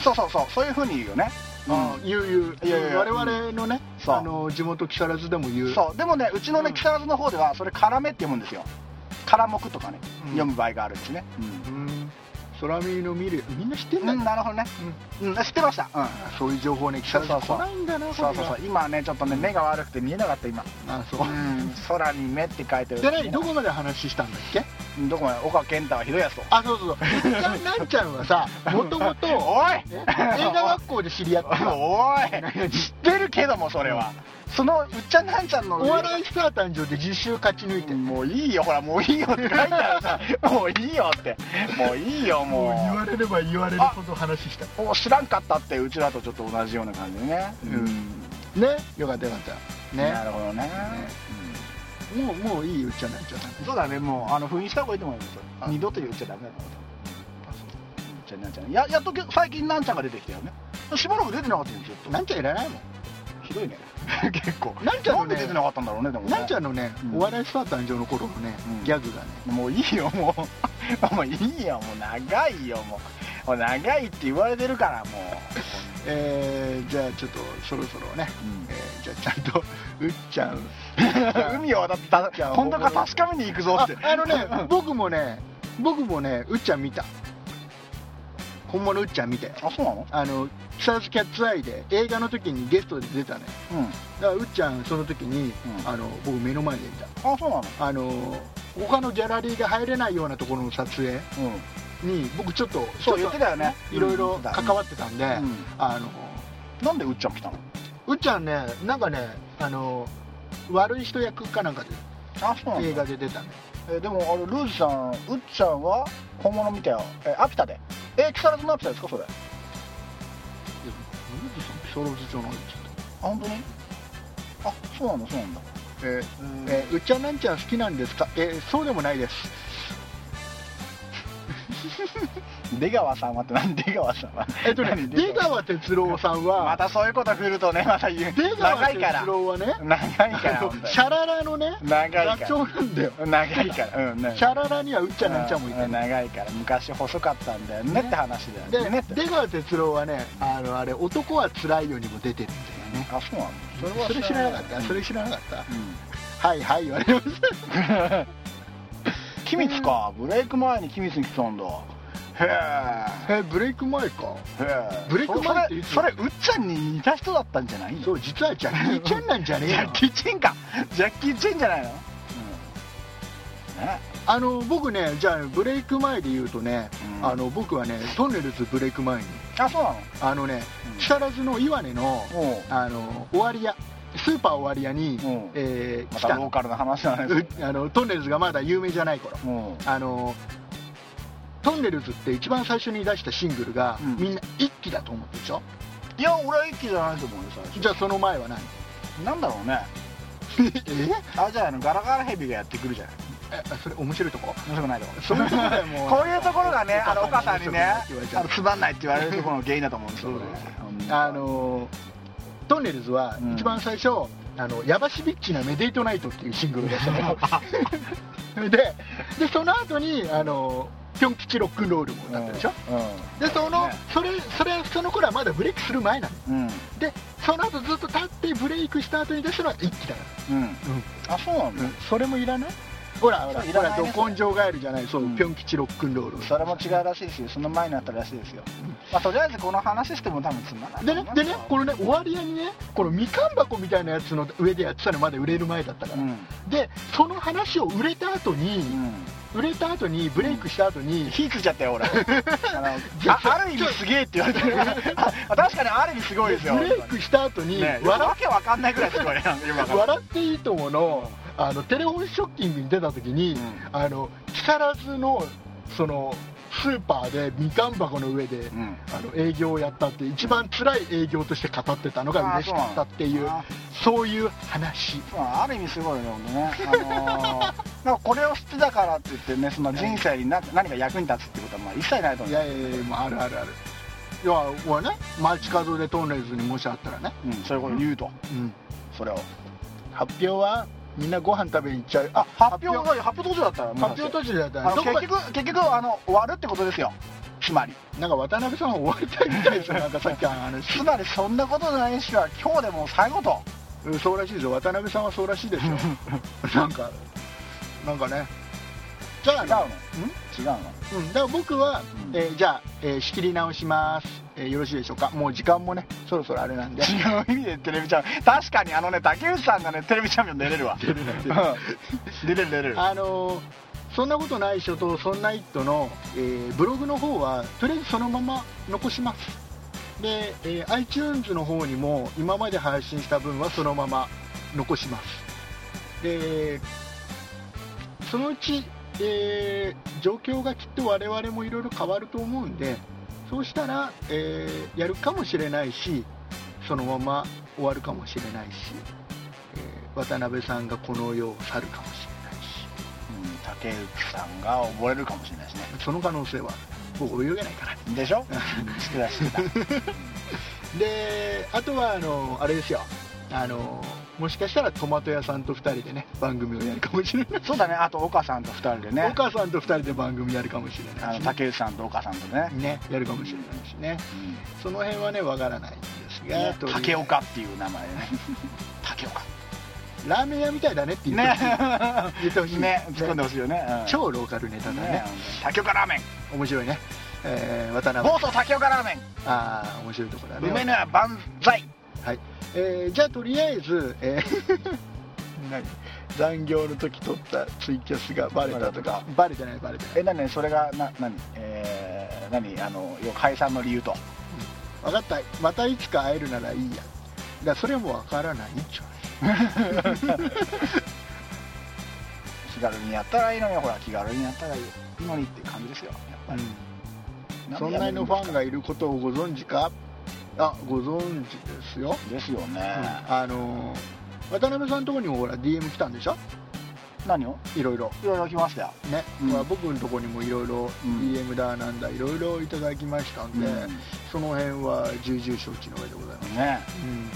Speaker 1: そうそうそうそういうふうに言うよね、
Speaker 4: ああー言う言う
Speaker 1: いやいやいや
Speaker 4: 我々のね、
Speaker 1: そう
Speaker 4: あの地元木更津でも言う
Speaker 1: そうでもねうちのね
Speaker 4: うん
Speaker 1: 木更津の方ではそれ「絡め」って読むんですよ「絡目」とかね、
Speaker 4: うん
Speaker 1: 読む場合があるんですね
Speaker 4: うーん空耳の見るみんな知ってん
Speaker 1: うん、
Speaker 4: だ、ね
Speaker 1: なるほどね、うん知ってましたうん
Speaker 4: そういう情報ね木更津
Speaker 1: そうそうそう
Speaker 4: 来ないんだな
Speaker 1: そうそうそう今ねちょっとね目が悪くて見えなかった今、
Speaker 4: あそうう、
Speaker 1: ん、空に目って書いてる
Speaker 4: で何どこまで話したんだっけ
Speaker 1: うんどこまで岡健太はひどいやつと
Speaker 4: あそうそうそううっちゃんなんちゃんはさもともと
Speaker 1: おい
Speaker 4: 映画学校で知り合ったさ
Speaker 1: おい知ってるけどもそれは、そのうっちゃんなんちゃんの
Speaker 4: お笑いスター誕生で実習勝ち抜いて、
Speaker 1: もういいよほらもういいよって書いてある さもういいよってもういいよもう
Speaker 4: れれば言われ
Speaker 1: る
Speaker 4: ほど話した
Speaker 1: もう知らんかったってうちらとちょっと同じような感じでねうん、
Speaker 4: ねよかったよかったね
Speaker 1: なるほどね
Speaker 4: もうもういいうっちゃんなんちゃんなん
Speaker 1: うんそうだねもうあの封印した方がいいと思いますよ
Speaker 4: あ
Speaker 1: 二度と言っちゃダメだと思うじゃあなんちゃんややっとけ最近なんちゃんが出てきたよねしばらく出てなかったんですよずっと
Speaker 4: なんちゃんいらないも
Speaker 1: ひどいね結構
Speaker 4: なんちゃん
Speaker 1: な
Speaker 4: の
Speaker 1: ん
Speaker 4: ね
Speaker 1: で出てなかったんだろうねでも
Speaker 4: ん
Speaker 1: ね
Speaker 4: なんちゃんのね、
Speaker 1: うん
Speaker 4: お笑いスター誕生の頃のね、
Speaker 1: うん
Speaker 4: ギャグがね
Speaker 1: もういいよもうもういいよもう長いよもうもう長いって言われてるからも
Speaker 4: えー、じゃあちょっとそろそろね、
Speaker 1: うん
Speaker 4: えーじゃあちゃんとうっちゃん
Speaker 1: う 海を渡ってた本当か確かめに行くぞっ
Speaker 4: あ
Speaker 1: て
Speaker 4: あのね僕もね僕もねうっちゃん見た本物うっちゃん見て
Speaker 1: あそうなの
Speaker 4: あの木更津キャッツアイで映画の時にゲストで出たね
Speaker 1: うん
Speaker 4: だからうっちゃんその時に、
Speaker 1: うん
Speaker 4: あの僕目の前で見
Speaker 1: あそうなの
Speaker 4: たあの他のギャラリーが入れないようなところの撮影
Speaker 1: うん
Speaker 4: に僕ちょっと
Speaker 1: そう
Speaker 4: ち
Speaker 1: 言
Speaker 4: ょっ
Speaker 1: っ
Speaker 4: てと
Speaker 1: たよね
Speaker 4: いろいろ関わ
Speaker 1: っ
Speaker 4: ってたんで、
Speaker 1: うん
Speaker 4: あの
Speaker 1: なんでうっちゃん来たの
Speaker 4: うっちゃんねなんかねあの悪い人役かなんかで
Speaker 1: あそうなんだ
Speaker 4: 映画で出たね
Speaker 1: えでもあれルージさんうっちゃんは本物見たよえアピタでえ木更津のアピタですかそれあ
Speaker 4: ソロズ町の
Speaker 1: 本当にあそうなんだそうなんだ
Speaker 4: え
Speaker 1: うん
Speaker 4: ーえーうっちゃんなんちゃん好きなんですかえーそうでもないです
Speaker 1: 出川さんはって何出川さんは
Speaker 4: えっとね
Speaker 1: 何
Speaker 4: 出川哲朗さんは
Speaker 1: またそういうこと振るとねまた言う
Speaker 4: 出川
Speaker 1: 長いから
Speaker 4: 哲朗はね
Speaker 1: 長いか
Speaker 4: あ
Speaker 1: ら
Speaker 4: の
Speaker 1: 本当に
Speaker 4: シャララのね
Speaker 1: 長いから
Speaker 4: ダチョウなんだよ
Speaker 1: 長いからうんね
Speaker 4: シャララにはうっちゃんなんちゃんもいて
Speaker 1: う長いから昔細かったんだよねって話だよね
Speaker 4: で
Speaker 1: って
Speaker 4: 出川哲朗はねあのあれ男はつらいよにも出てるんだよね
Speaker 1: あそうなんだそ
Speaker 4: それ知らなかったそれ知らなかったはいはい言われまし
Speaker 1: 機密かブレイク前に機密に来たんだへ え
Speaker 4: たえブレイク前か
Speaker 1: ブ
Speaker 4: ブレイク前っていつ
Speaker 1: それそれうっちゃんに似た人だったんじゃないの
Speaker 4: そう実はジャッキー・チェンなんじゃね
Speaker 1: ジ
Speaker 4: え
Speaker 1: ャ
Speaker 4: の
Speaker 1: ッキー・チェンかジャッキー・チェンじゃないの、うんね
Speaker 4: あの僕ねじゃあブレイク前で言うとね、
Speaker 1: うん
Speaker 4: あの僕はねトンネルズブレイク前に
Speaker 1: あそうなの
Speaker 4: あのね
Speaker 1: うん
Speaker 4: 木更津の岩根の
Speaker 1: おう
Speaker 4: あの終わり屋スーパー終わり屋に、
Speaker 1: うん
Speaker 4: えー
Speaker 1: ま
Speaker 4: 来
Speaker 1: た
Speaker 4: た
Speaker 1: ローカルな話じゃないです
Speaker 4: うあのトンネルズがまだ有名じゃない頃
Speaker 1: うん
Speaker 4: あのトンネルズって一番最初に出したシングルが、
Speaker 1: うん
Speaker 4: みんな一期だと思ってるでしょ
Speaker 1: いや俺は一気じゃないと思うよ最初
Speaker 4: じゃあその前は何
Speaker 1: なんだろうね
Speaker 4: え
Speaker 1: あじゃああのガラガラヘビがやってくるじゃない
Speaker 4: えそれ面白いとこ
Speaker 1: 面白くないとこ
Speaker 4: そのとこだよ もう
Speaker 1: こういうところがねあのお母さんに
Speaker 4: 面
Speaker 1: ね
Speaker 4: 白くないって言われちゃ
Speaker 1: あ
Speaker 4: う
Speaker 1: のつまんないって言われるところの原因だと思うんですよ
Speaker 4: そう
Speaker 1: ね
Speaker 4: あのトンネルズは
Speaker 1: うん
Speaker 4: 一番最初、あのヤバシビッチなメデイ トナイトっていうシングルでしたのででその後にあのぴょん吉ロックンロールも歌ってるでしょ、
Speaker 1: う
Speaker 4: でその
Speaker 1: ね
Speaker 4: それそれその頃はまだブレイクする前なの
Speaker 1: んうん
Speaker 4: でその後ずっと立ってブレイクした後に出すのは一期だか
Speaker 1: うんあそうなんだ
Speaker 4: ら、それもいらないほらほら
Speaker 1: そうい
Speaker 4: ほ
Speaker 1: らない
Speaker 4: ら
Speaker 1: ね
Speaker 4: ど根性ガエルじゃないそう、
Speaker 1: うん
Speaker 4: ぴょん吉ロックンロール
Speaker 1: それも違うらしいしその前になったらしいですよ、まあ、とりあえずこの話しても多分つまらない
Speaker 4: でねでねこのね終わり屋にねこのみかん箱みたいなやつの上でやってたのまだ売れる前だったか
Speaker 1: う
Speaker 4: ら、
Speaker 1: ん
Speaker 4: でその話を売れた後に、売れた後にブレイクした後に、
Speaker 1: 火ついちゃったよ 俺あのあある意味すげえって言われてるあ確かにある意味すごいですよ
Speaker 4: ブレイクした後に、
Speaker 1: ね
Speaker 4: 笑
Speaker 1: わけわかんないぐらいすごいね今
Speaker 4: っ笑っていいとものあのテレフォンショッキングに出た時に、
Speaker 1: ん
Speaker 4: あの木更津のそのスーパーでみかん箱の上で、
Speaker 1: ん
Speaker 4: あの営業をやったって一番辛い営業として語ってたのが嬉しかったっていう
Speaker 1: あ
Speaker 4: そういう話
Speaker 1: まあある意味すごいねほんとね、あのーなんかこれを知ってたからって言ってねその人生にな何か役に立つってことはまあ一切ないと
Speaker 4: い
Speaker 1: 思う
Speaker 4: やいやいやもうあるあるあるいや俺ね街角でトンネルズにもしあったらね、
Speaker 1: うん、そういうこと言うと、
Speaker 4: うん
Speaker 1: それを
Speaker 4: 発表はみんなご飯食べに行っちゃう
Speaker 1: あ発表発表途中だったら
Speaker 4: 発表途中だった
Speaker 1: あ
Speaker 4: ら
Speaker 1: の
Speaker 4: どこ
Speaker 1: 結
Speaker 4: か
Speaker 1: 局結局あの終わるってことですよつまり
Speaker 4: なんか渡辺さん終わりたいみたいですよなんかさっきの話
Speaker 1: つまりそんなことないしは今日でもう最後と
Speaker 4: うんそうらしいですよ渡辺さんはそうらしいです よなんかなんかねじゃあ
Speaker 1: 違う
Speaker 4: ね
Speaker 1: の違うの
Speaker 4: うん、だから僕は、えーじゃあ、えー仕切り直します、えーよろしいでしょうかもう時間もねそろそろあれなんで
Speaker 1: 違う意味でテレビチャンピオン確かにあのね竹内さんがねテレビチャンピオン出れるわ出れる出れる出れる
Speaker 4: あのーそんなことないっしょとそんな一途の、えーブログの方はとりあえずそのまま残しますで、えー iTunes の方にも今まで配信した分はそのまま残しますでそのうち、えー状況がきっと我々もいろいろ変わると思うんでそうしたら、えーやるかもしれないしそのまま終わるかもしれないし、えー渡辺さんがこの世を去るかもしれないし
Speaker 1: うん竹内さんが溺れるかもしれないしね
Speaker 4: その可能性は僕泳げないから
Speaker 1: でしょ知ってた知ってた
Speaker 4: であとはあのあれですよあのもしかしたらトマト屋さんと2人でね番組をやるかもしれない、
Speaker 1: そうだねあと岡さんと二人で
Speaker 4: お
Speaker 1: ね
Speaker 4: 母さんと2人で番組やるかもしれな
Speaker 1: あ
Speaker 4: い
Speaker 1: の
Speaker 4: し
Speaker 1: 竹内さんと岡さんとね、
Speaker 4: ねねやるかもしれないしねその辺はねわからないんですが、とりあえず
Speaker 1: 竹岡っていう名前でね竹岡
Speaker 4: ラーメン屋みたいだねって言ってほしい
Speaker 1: ね
Speaker 4: 言ってほしい
Speaker 1: ね突っ込んでほしいよね、うん
Speaker 4: 超ローカルネタだね
Speaker 1: ね竹岡ラーメン
Speaker 4: 面白いね、えー渡辺
Speaker 1: 暴走竹岡ラーメン
Speaker 4: ああ面白いところだね
Speaker 1: 梅の屋万歳
Speaker 4: はい、えーじゃあとりあえず、えー 何残業の時撮ったツイキャスがバレたとかバレてないバレてない
Speaker 1: え何それがな何えー、何あの要は解散の理由と
Speaker 4: 分かったまたいつか会えるならいいやだからそれも分からないっちゅう
Speaker 1: 気軽にやったらいいのにほら気軽にやったらいいのにっていう感じですよやっぱ
Speaker 4: 話
Speaker 1: り、
Speaker 4: そんなにのファンがいることをご存知かあご存知ですよ、
Speaker 1: ですよね、
Speaker 4: あのー渡辺さんのとこにもほら DM 来たんでしょ
Speaker 1: 何を
Speaker 4: いろいろ
Speaker 1: いろいろ来ましたよ
Speaker 4: ね、
Speaker 1: うん
Speaker 4: まあ僕のとこにもいろいろ
Speaker 1: うん
Speaker 4: DM だなんだいろいろいただきましたんで、
Speaker 1: うん
Speaker 4: その辺は重々承知の上でございます、
Speaker 1: ね
Speaker 4: うん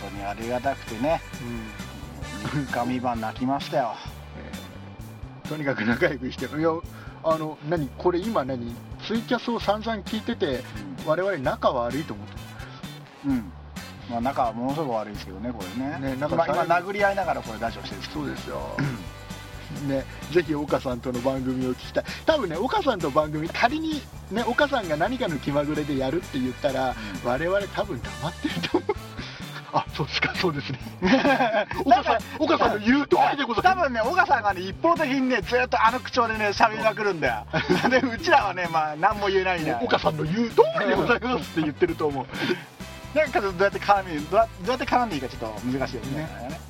Speaker 1: 本当にありがたくてね三日三晩泣きましたよ
Speaker 4: とにかく仲良くしていやあの何これ今何ツイキャスを散々聞いてて我々仲悪いと思って
Speaker 1: うんまあ仲はものすごく悪いですけどねこれ
Speaker 4: ね
Speaker 1: ね今
Speaker 4: 仲
Speaker 1: 今
Speaker 4: 最悪
Speaker 1: 殴り合いながらこれラジオしてるんです
Speaker 4: そうですよねぜひ岡さんとの番組を聞きたい多分ね岡さんと番組仮にね岡さんが何かの気まぐれでやるって言ったら、我々多分黙ってると思うあそうですかそうですね岡 さん岡さんの言う通りでございます
Speaker 1: 多分ね岡さんがね一方的にねずっとあの口調でね喋りまくるん だよでうちらはねまあ何も言えないんだよ
Speaker 4: 岡さんの言う通りでございますって言ってると思う
Speaker 1: なんかどうやって絡みどうやどうやって絡んでいいかちょっと難しいよね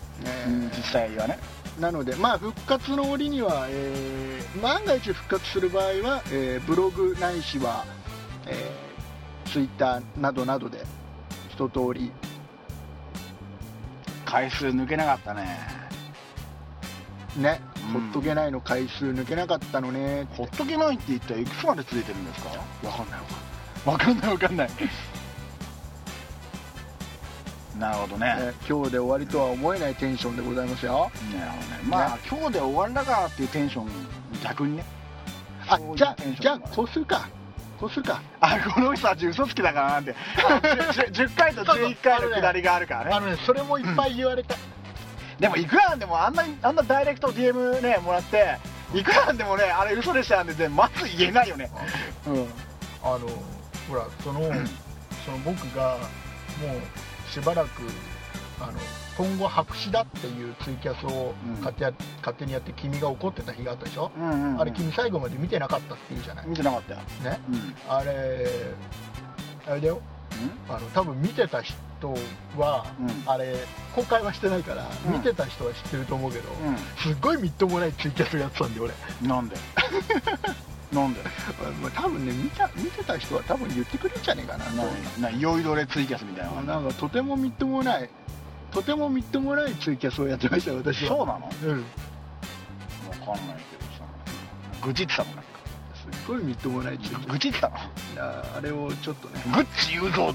Speaker 1: うん実際はね
Speaker 4: なので、まあ、復活の折には、えー万が一復活する場合は、えーブログないしは、えーツイッターなどなどで一通り
Speaker 1: 回数抜けなかったね
Speaker 4: ね、
Speaker 1: うん
Speaker 4: ほっとけないの回数抜けなかったのね
Speaker 1: ほっとけないって言ったらいくつまで続いてるんですか
Speaker 4: わかんないわかんない
Speaker 1: わかんないわかんないなるほどね
Speaker 4: えー今日で終わりとは思えないテンションでございますよ
Speaker 1: なるほどねまあ今日で終わりだからっていうテンション逆にね
Speaker 4: あ
Speaker 1: そういう
Speaker 4: じゃあ
Speaker 1: テンシ
Speaker 4: じゃ
Speaker 1: ョ
Speaker 4: あ
Speaker 1: ンが
Speaker 4: そうするかそうするか
Speaker 1: あこの人たち嘘つきだからな って10回と11回の下りがあるからね
Speaker 4: あのねそれもいっぱい言われた、
Speaker 1: でもいくらなんでもあんなあんなダイレクト DM ねもらっていくらなんでもねあれ嘘でしたなんてまず言えないよねうん
Speaker 4: あのほらそ のその僕がもうしばらくあの今後白紙だっていうツイキャスを
Speaker 1: うん
Speaker 4: 勝手や勝手にやって君が怒ってた日があったでしょ、
Speaker 1: うんうんうん
Speaker 4: あれ君最後まで見てなかったって言うじゃない、
Speaker 1: 見てなかったよ
Speaker 4: ね
Speaker 1: うん
Speaker 4: あれあれだよあの多分見てた人は、
Speaker 1: うん
Speaker 4: あれ公開はしてないから、
Speaker 1: うん
Speaker 4: 見てた人は知ってると思うけど、
Speaker 1: うん
Speaker 4: すっごいみっともないツイキャスやってたんで俺
Speaker 1: なんで なんで
Speaker 4: まあ多分ね見た見てた人は多分言ってくれるんじゃねえかなそう
Speaker 1: な酔いどれツイキャスみたいな
Speaker 4: あなんかとてもみっともないとてもみっともないツイキャスをやってましたよ私は
Speaker 1: そうなの
Speaker 4: うん
Speaker 1: わかんないけどさ愚痴ってたのなんか
Speaker 4: すっごいみっともないツイキャ
Speaker 1: 愚痴ってたの
Speaker 4: スああれをちょっとね
Speaker 1: グッチ言うぞ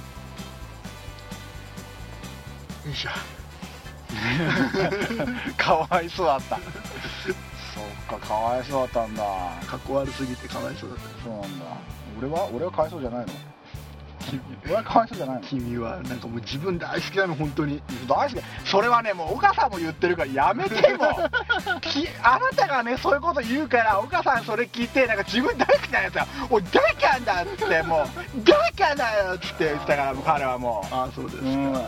Speaker 4: よいしょ
Speaker 1: かわいそうだったそっかかわいそうだったんだ
Speaker 4: かっこ悪すぎてかわいそうだった
Speaker 1: そうなんだ俺は俺はかわいそうじゃないの俺はかわいそうじゃないの
Speaker 4: 君はなんかもう自分大好きなの本当に
Speaker 1: 大好きそれはねもう岡さんも言ってるからやめ てもきあなたがねそういうこと言うから岡さんそれ聞いてなんか自分大好きなんやつよ俺大嫌いなんだっつってもう大嫌いだよっつって言ってたからもう彼はも
Speaker 4: ああそうです
Speaker 1: ううん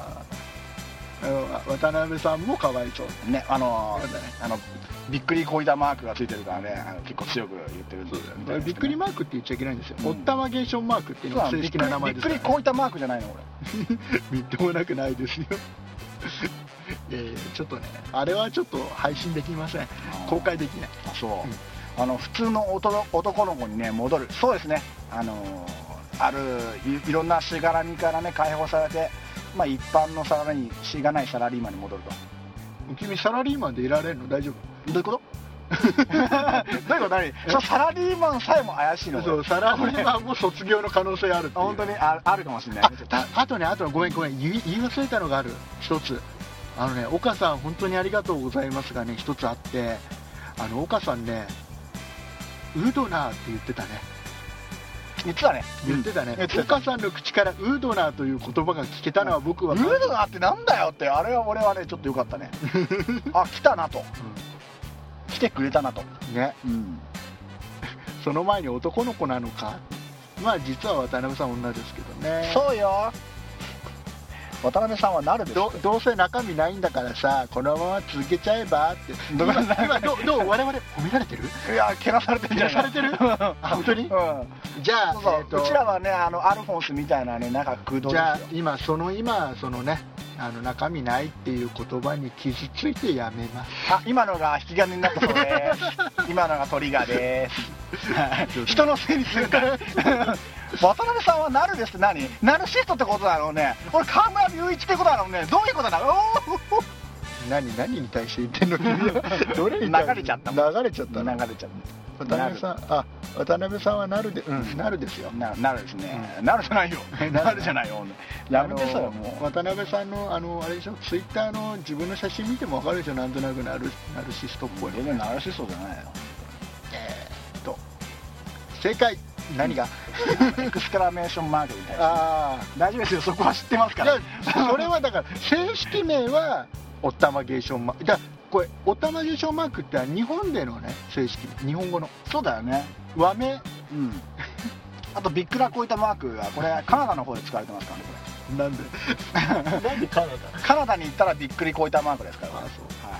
Speaker 4: あの渡辺さんもかわいそう
Speaker 1: ねあの
Speaker 4: そうだね
Speaker 1: あのびっくりこいたマークがついてるからねあの結構強く言ってるんでみたいな
Speaker 4: びっくりマークって言っちゃいけないんですよ、
Speaker 1: うん
Speaker 4: おったまゲーションマークっていう
Speaker 1: そう
Speaker 4: のが
Speaker 1: なの
Speaker 4: 正
Speaker 1: びっ
Speaker 4: 式
Speaker 1: く
Speaker 4: な
Speaker 1: り
Speaker 4: 名
Speaker 1: び
Speaker 4: 前
Speaker 1: っ
Speaker 4: です
Speaker 1: く
Speaker 4: から
Speaker 1: りこいたマークじゃないの俺
Speaker 4: みっともなくないですよ いやいやちょっとねあれはちょっと配信できません
Speaker 1: ー
Speaker 4: 公開できない
Speaker 1: あそう、あの普通の男男の子にね戻るそうですねあのーあるいいろんなしがらみからね解放されてまあ一般のサラリーしがないサラリーマン に戻ると
Speaker 4: 君サラリーマンでいられるの大丈夫
Speaker 1: どういうことどういうこと何そうサラリーマンさえも怪しいの
Speaker 4: そうサラリーマンも卒業の可能性あるっていう
Speaker 1: 本当にああるかもしれない
Speaker 4: あ
Speaker 1: ねち ょっと
Speaker 4: たあとねあとねごめんごめん言い言い忘れたのがある一つあのね岡さん本当にありがとうございますがね一つあってあの岡さんねウドナーって言ってたね
Speaker 1: 言ってたね
Speaker 4: 言ってたね、
Speaker 1: 言ってた
Speaker 4: 岡さんの口からウードナーという言葉が聞けたのは僕は
Speaker 1: ルールがあってなんだよってあれは俺はねちょっとよかっ たねあ来たなと、来てくれたなと
Speaker 4: ね
Speaker 1: うん
Speaker 4: その前に男の子なのかまあ実は渡辺さん女ですけどね
Speaker 1: そうよ渡辺さんはなるです
Speaker 4: どどうせ中身ないんだからさこのまま続けちゃえばって
Speaker 1: どう
Speaker 4: 今今どうどう我々褒められてる
Speaker 1: いやけなされてるんじゃ
Speaker 4: や
Speaker 1: な
Speaker 4: さ
Speaker 1: い
Speaker 4: れてる
Speaker 1: うん
Speaker 4: あ本当に
Speaker 1: うん
Speaker 4: じゃあ
Speaker 1: そうそう、
Speaker 4: えーと
Speaker 1: うちらはねあのアルフォンスみたいなねなんか空洞
Speaker 4: じ
Speaker 1: で
Speaker 4: ゃあ
Speaker 1: すよ
Speaker 4: 今その今そのねあの中身ないっていう言葉に傷ついてやめます
Speaker 1: あ今のが引き金になったそうです 今のがトリガーですはい人のせいにするから 渡辺さんはナルですって何ナルシストってことだろうね俺河村隆一ってことだろうねどういうことだろう
Speaker 4: 何何に対して言って んの君はどれに対して
Speaker 1: 流れちゃったも
Speaker 4: 流れちゃったの
Speaker 1: 流れちゃった
Speaker 4: 渡辺さんあ渡辺さんはなるで、
Speaker 1: ん
Speaker 4: なるですよ
Speaker 1: ななるですね、なるじゃないよ なるじゃないよやめてそれ
Speaker 4: あの
Speaker 1: もう
Speaker 4: 渡辺さんのあのあれでしょツイッターの自分の写真見ても分かるでしょなんとなくなるナルシストっぽい、
Speaker 1: 全然ナルシストじゃないよ
Speaker 4: 正解何が、
Speaker 1: エクスクラメーションマークみたいな
Speaker 4: あ
Speaker 1: 大丈夫ですよそこは知ってます
Speaker 4: あ
Speaker 1: か
Speaker 4: じゃ
Speaker 1: ら
Speaker 4: あそれはだから正式名はおったまゲーションマークだこれおったまゲーションマークって日本でのね正式名日本語の
Speaker 1: そうだよね
Speaker 4: 和名
Speaker 1: うんあとビックラこういったマークはこれカナダの方で使われてますからね
Speaker 4: なん
Speaker 1: こ
Speaker 4: でなんでカナダ
Speaker 1: れカナダに行ったらビックリこういったマークですからこれ
Speaker 4: あそう
Speaker 1: は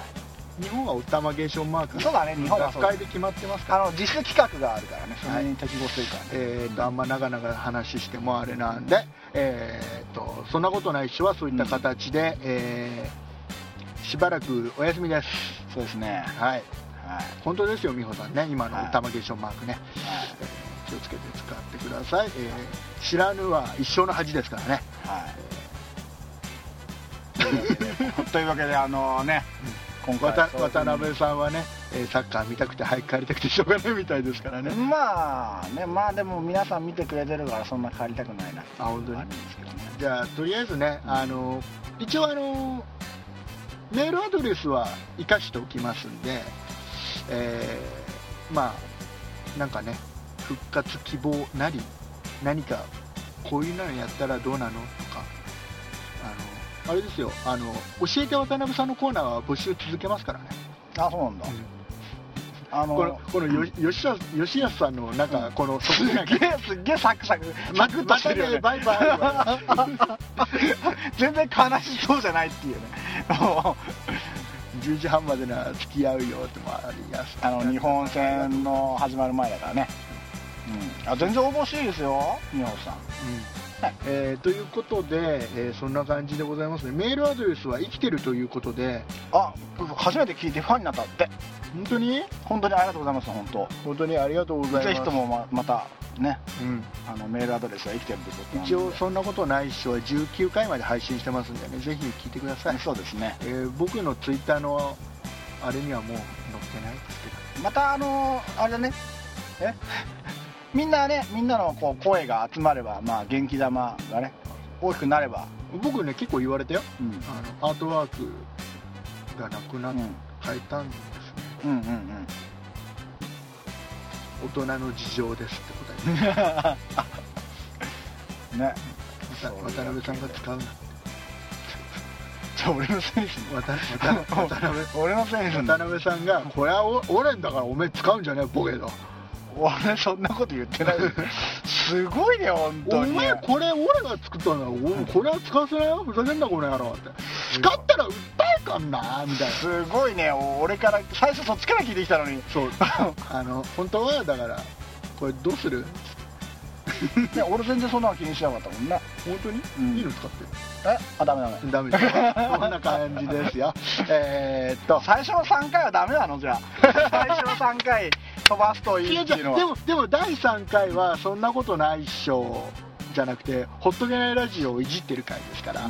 Speaker 4: 日本はおったまゲーションマーク
Speaker 1: い、そうだね日本はそう
Speaker 4: 学会で決まってますから
Speaker 1: あの実質規格があるからねそれに適合するからね、
Speaker 4: えー、とあんま長々話してもあれなんで、えー、とそんなことないしはそういった形で、えーしばらくお休みです
Speaker 1: そうですね
Speaker 4: はい
Speaker 1: はい
Speaker 4: 本当ですよ美穂さんね今の
Speaker 1: はい
Speaker 4: 玉ゲーションマークね、気をつけて使ってください、えー知らぬは一生の恥ですからね
Speaker 1: はいというわけであのね今回
Speaker 4: 渡
Speaker 1: そういうふう
Speaker 4: 渡
Speaker 1: に
Speaker 4: 辺さんはね、えーサッカー見たくて早く帰りたくてしょうがないみたいですからね
Speaker 1: まあねまあでも皆さん見てくれてるからそんな帰りたくないな
Speaker 4: あ本当に
Speaker 1: あるんですけどね
Speaker 4: じゃあとりあえずねあの一応あのメールアドレスは生かしておきますんで、えーまあなんかね復活希望なり何かこういうのやったらどうなのとかあのあれですよあの教えて渡辺さんのコーナーは募集続けますからね
Speaker 1: あそうなんだ、あの
Speaker 4: このこのよ吉田吉安さんのなんかこのす
Speaker 1: すげえすげえサクサク
Speaker 4: ま
Speaker 1: サクッと
Speaker 4: ま
Speaker 1: して
Speaker 4: た
Speaker 1: るよ
Speaker 4: ね
Speaker 1: ね
Speaker 4: バイバイ
Speaker 1: 全然悲しそうじゃな いっていうねも
Speaker 4: 10時半までなら付き合うよってもありやす
Speaker 1: うあの日本戦の始まる前だからね、うん、あ全然応募していいですよ日本さん
Speaker 4: えーということで、えーそんな感じでございますねメールアドレスは生きてるということで
Speaker 1: あ初めて聞いてファンになったって
Speaker 4: 本当に
Speaker 1: 本当にありがとうございます本当
Speaker 4: 本当にありがとうございます
Speaker 1: ぜひともままたね
Speaker 4: うん
Speaker 1: あのメールアドレスは生きてるんで
Speaker 4: 一応そんなことないっしょは19回まで配信してますんでねぜひ聞いてください、
Speaker 1: そうですね
Speaker 4: えー僕のツイッターのあれにはもう載ってないですけど
Speaker 1: またあのあれだねえ みんなねみんなのこう声が集まればまあ元気玉がね大きくなれば
Speaker 4: 僕ね結構言われたよ
Speaker 1: うん
Speaker 4: あのアートワークがなくなっ
Speaker 1: うん
Speaker 4: 変えたんですね、
Speaker 1: うんうんうん
Speaker 4: 大人の事情ですって答えて
Speaker 1: ね
Speaker 4: また渡辺さんが使うな
Speaker 1: じゃあ俺の センス
Speaker 4: 渡渡渡辺
Speaker 1: 俺のセンス
Speaker 4: 渡辺さんが「これはお俺んだからおめえ使うんじゃねえボケと」
Speaker 1: 俺そんなこと言 ってないすごいね本
Speaker 4: お
Speaker 1: 当に
Speaker 4: 前これ俺が作ったんだろおこれは使わせないよふざけんなこの野郎って使ったら訴えかんなみたいな
Speaker 1: すごいね俺から最初そっちから聞いてきたの に
Speaker 4: そうあの本当はだからこれどうする
Speaker 1: ね、俺全然そんなの気にしなかったもんね
Speaker 4: 本当に、
Speaker 1: ん
Speaker 4: いいの使って
Speaker 1: えあダメ
Speaker 4: ダ
Speaker 1: ダメ
Speaker 4: メですよこんな感じですよえーっと
Speaker 1: 最初の3回はダメなのじゃあ最初の3回飛ばすとい
Speaker 4: い
Speaker 1: い
Speaker 4: や
Speaker 1: っ
Speaker 4: じ
Speaker 1: て
Speaker 4: ゃ
Speaker 1: いうの
Speaker 4: で
Speaker 1: は
Speaker 4: もでも第3回は「そんなことないっしょ」じゃなくて「ほっとけないラジオ」をいじってる回ですから、
Speaker 1: う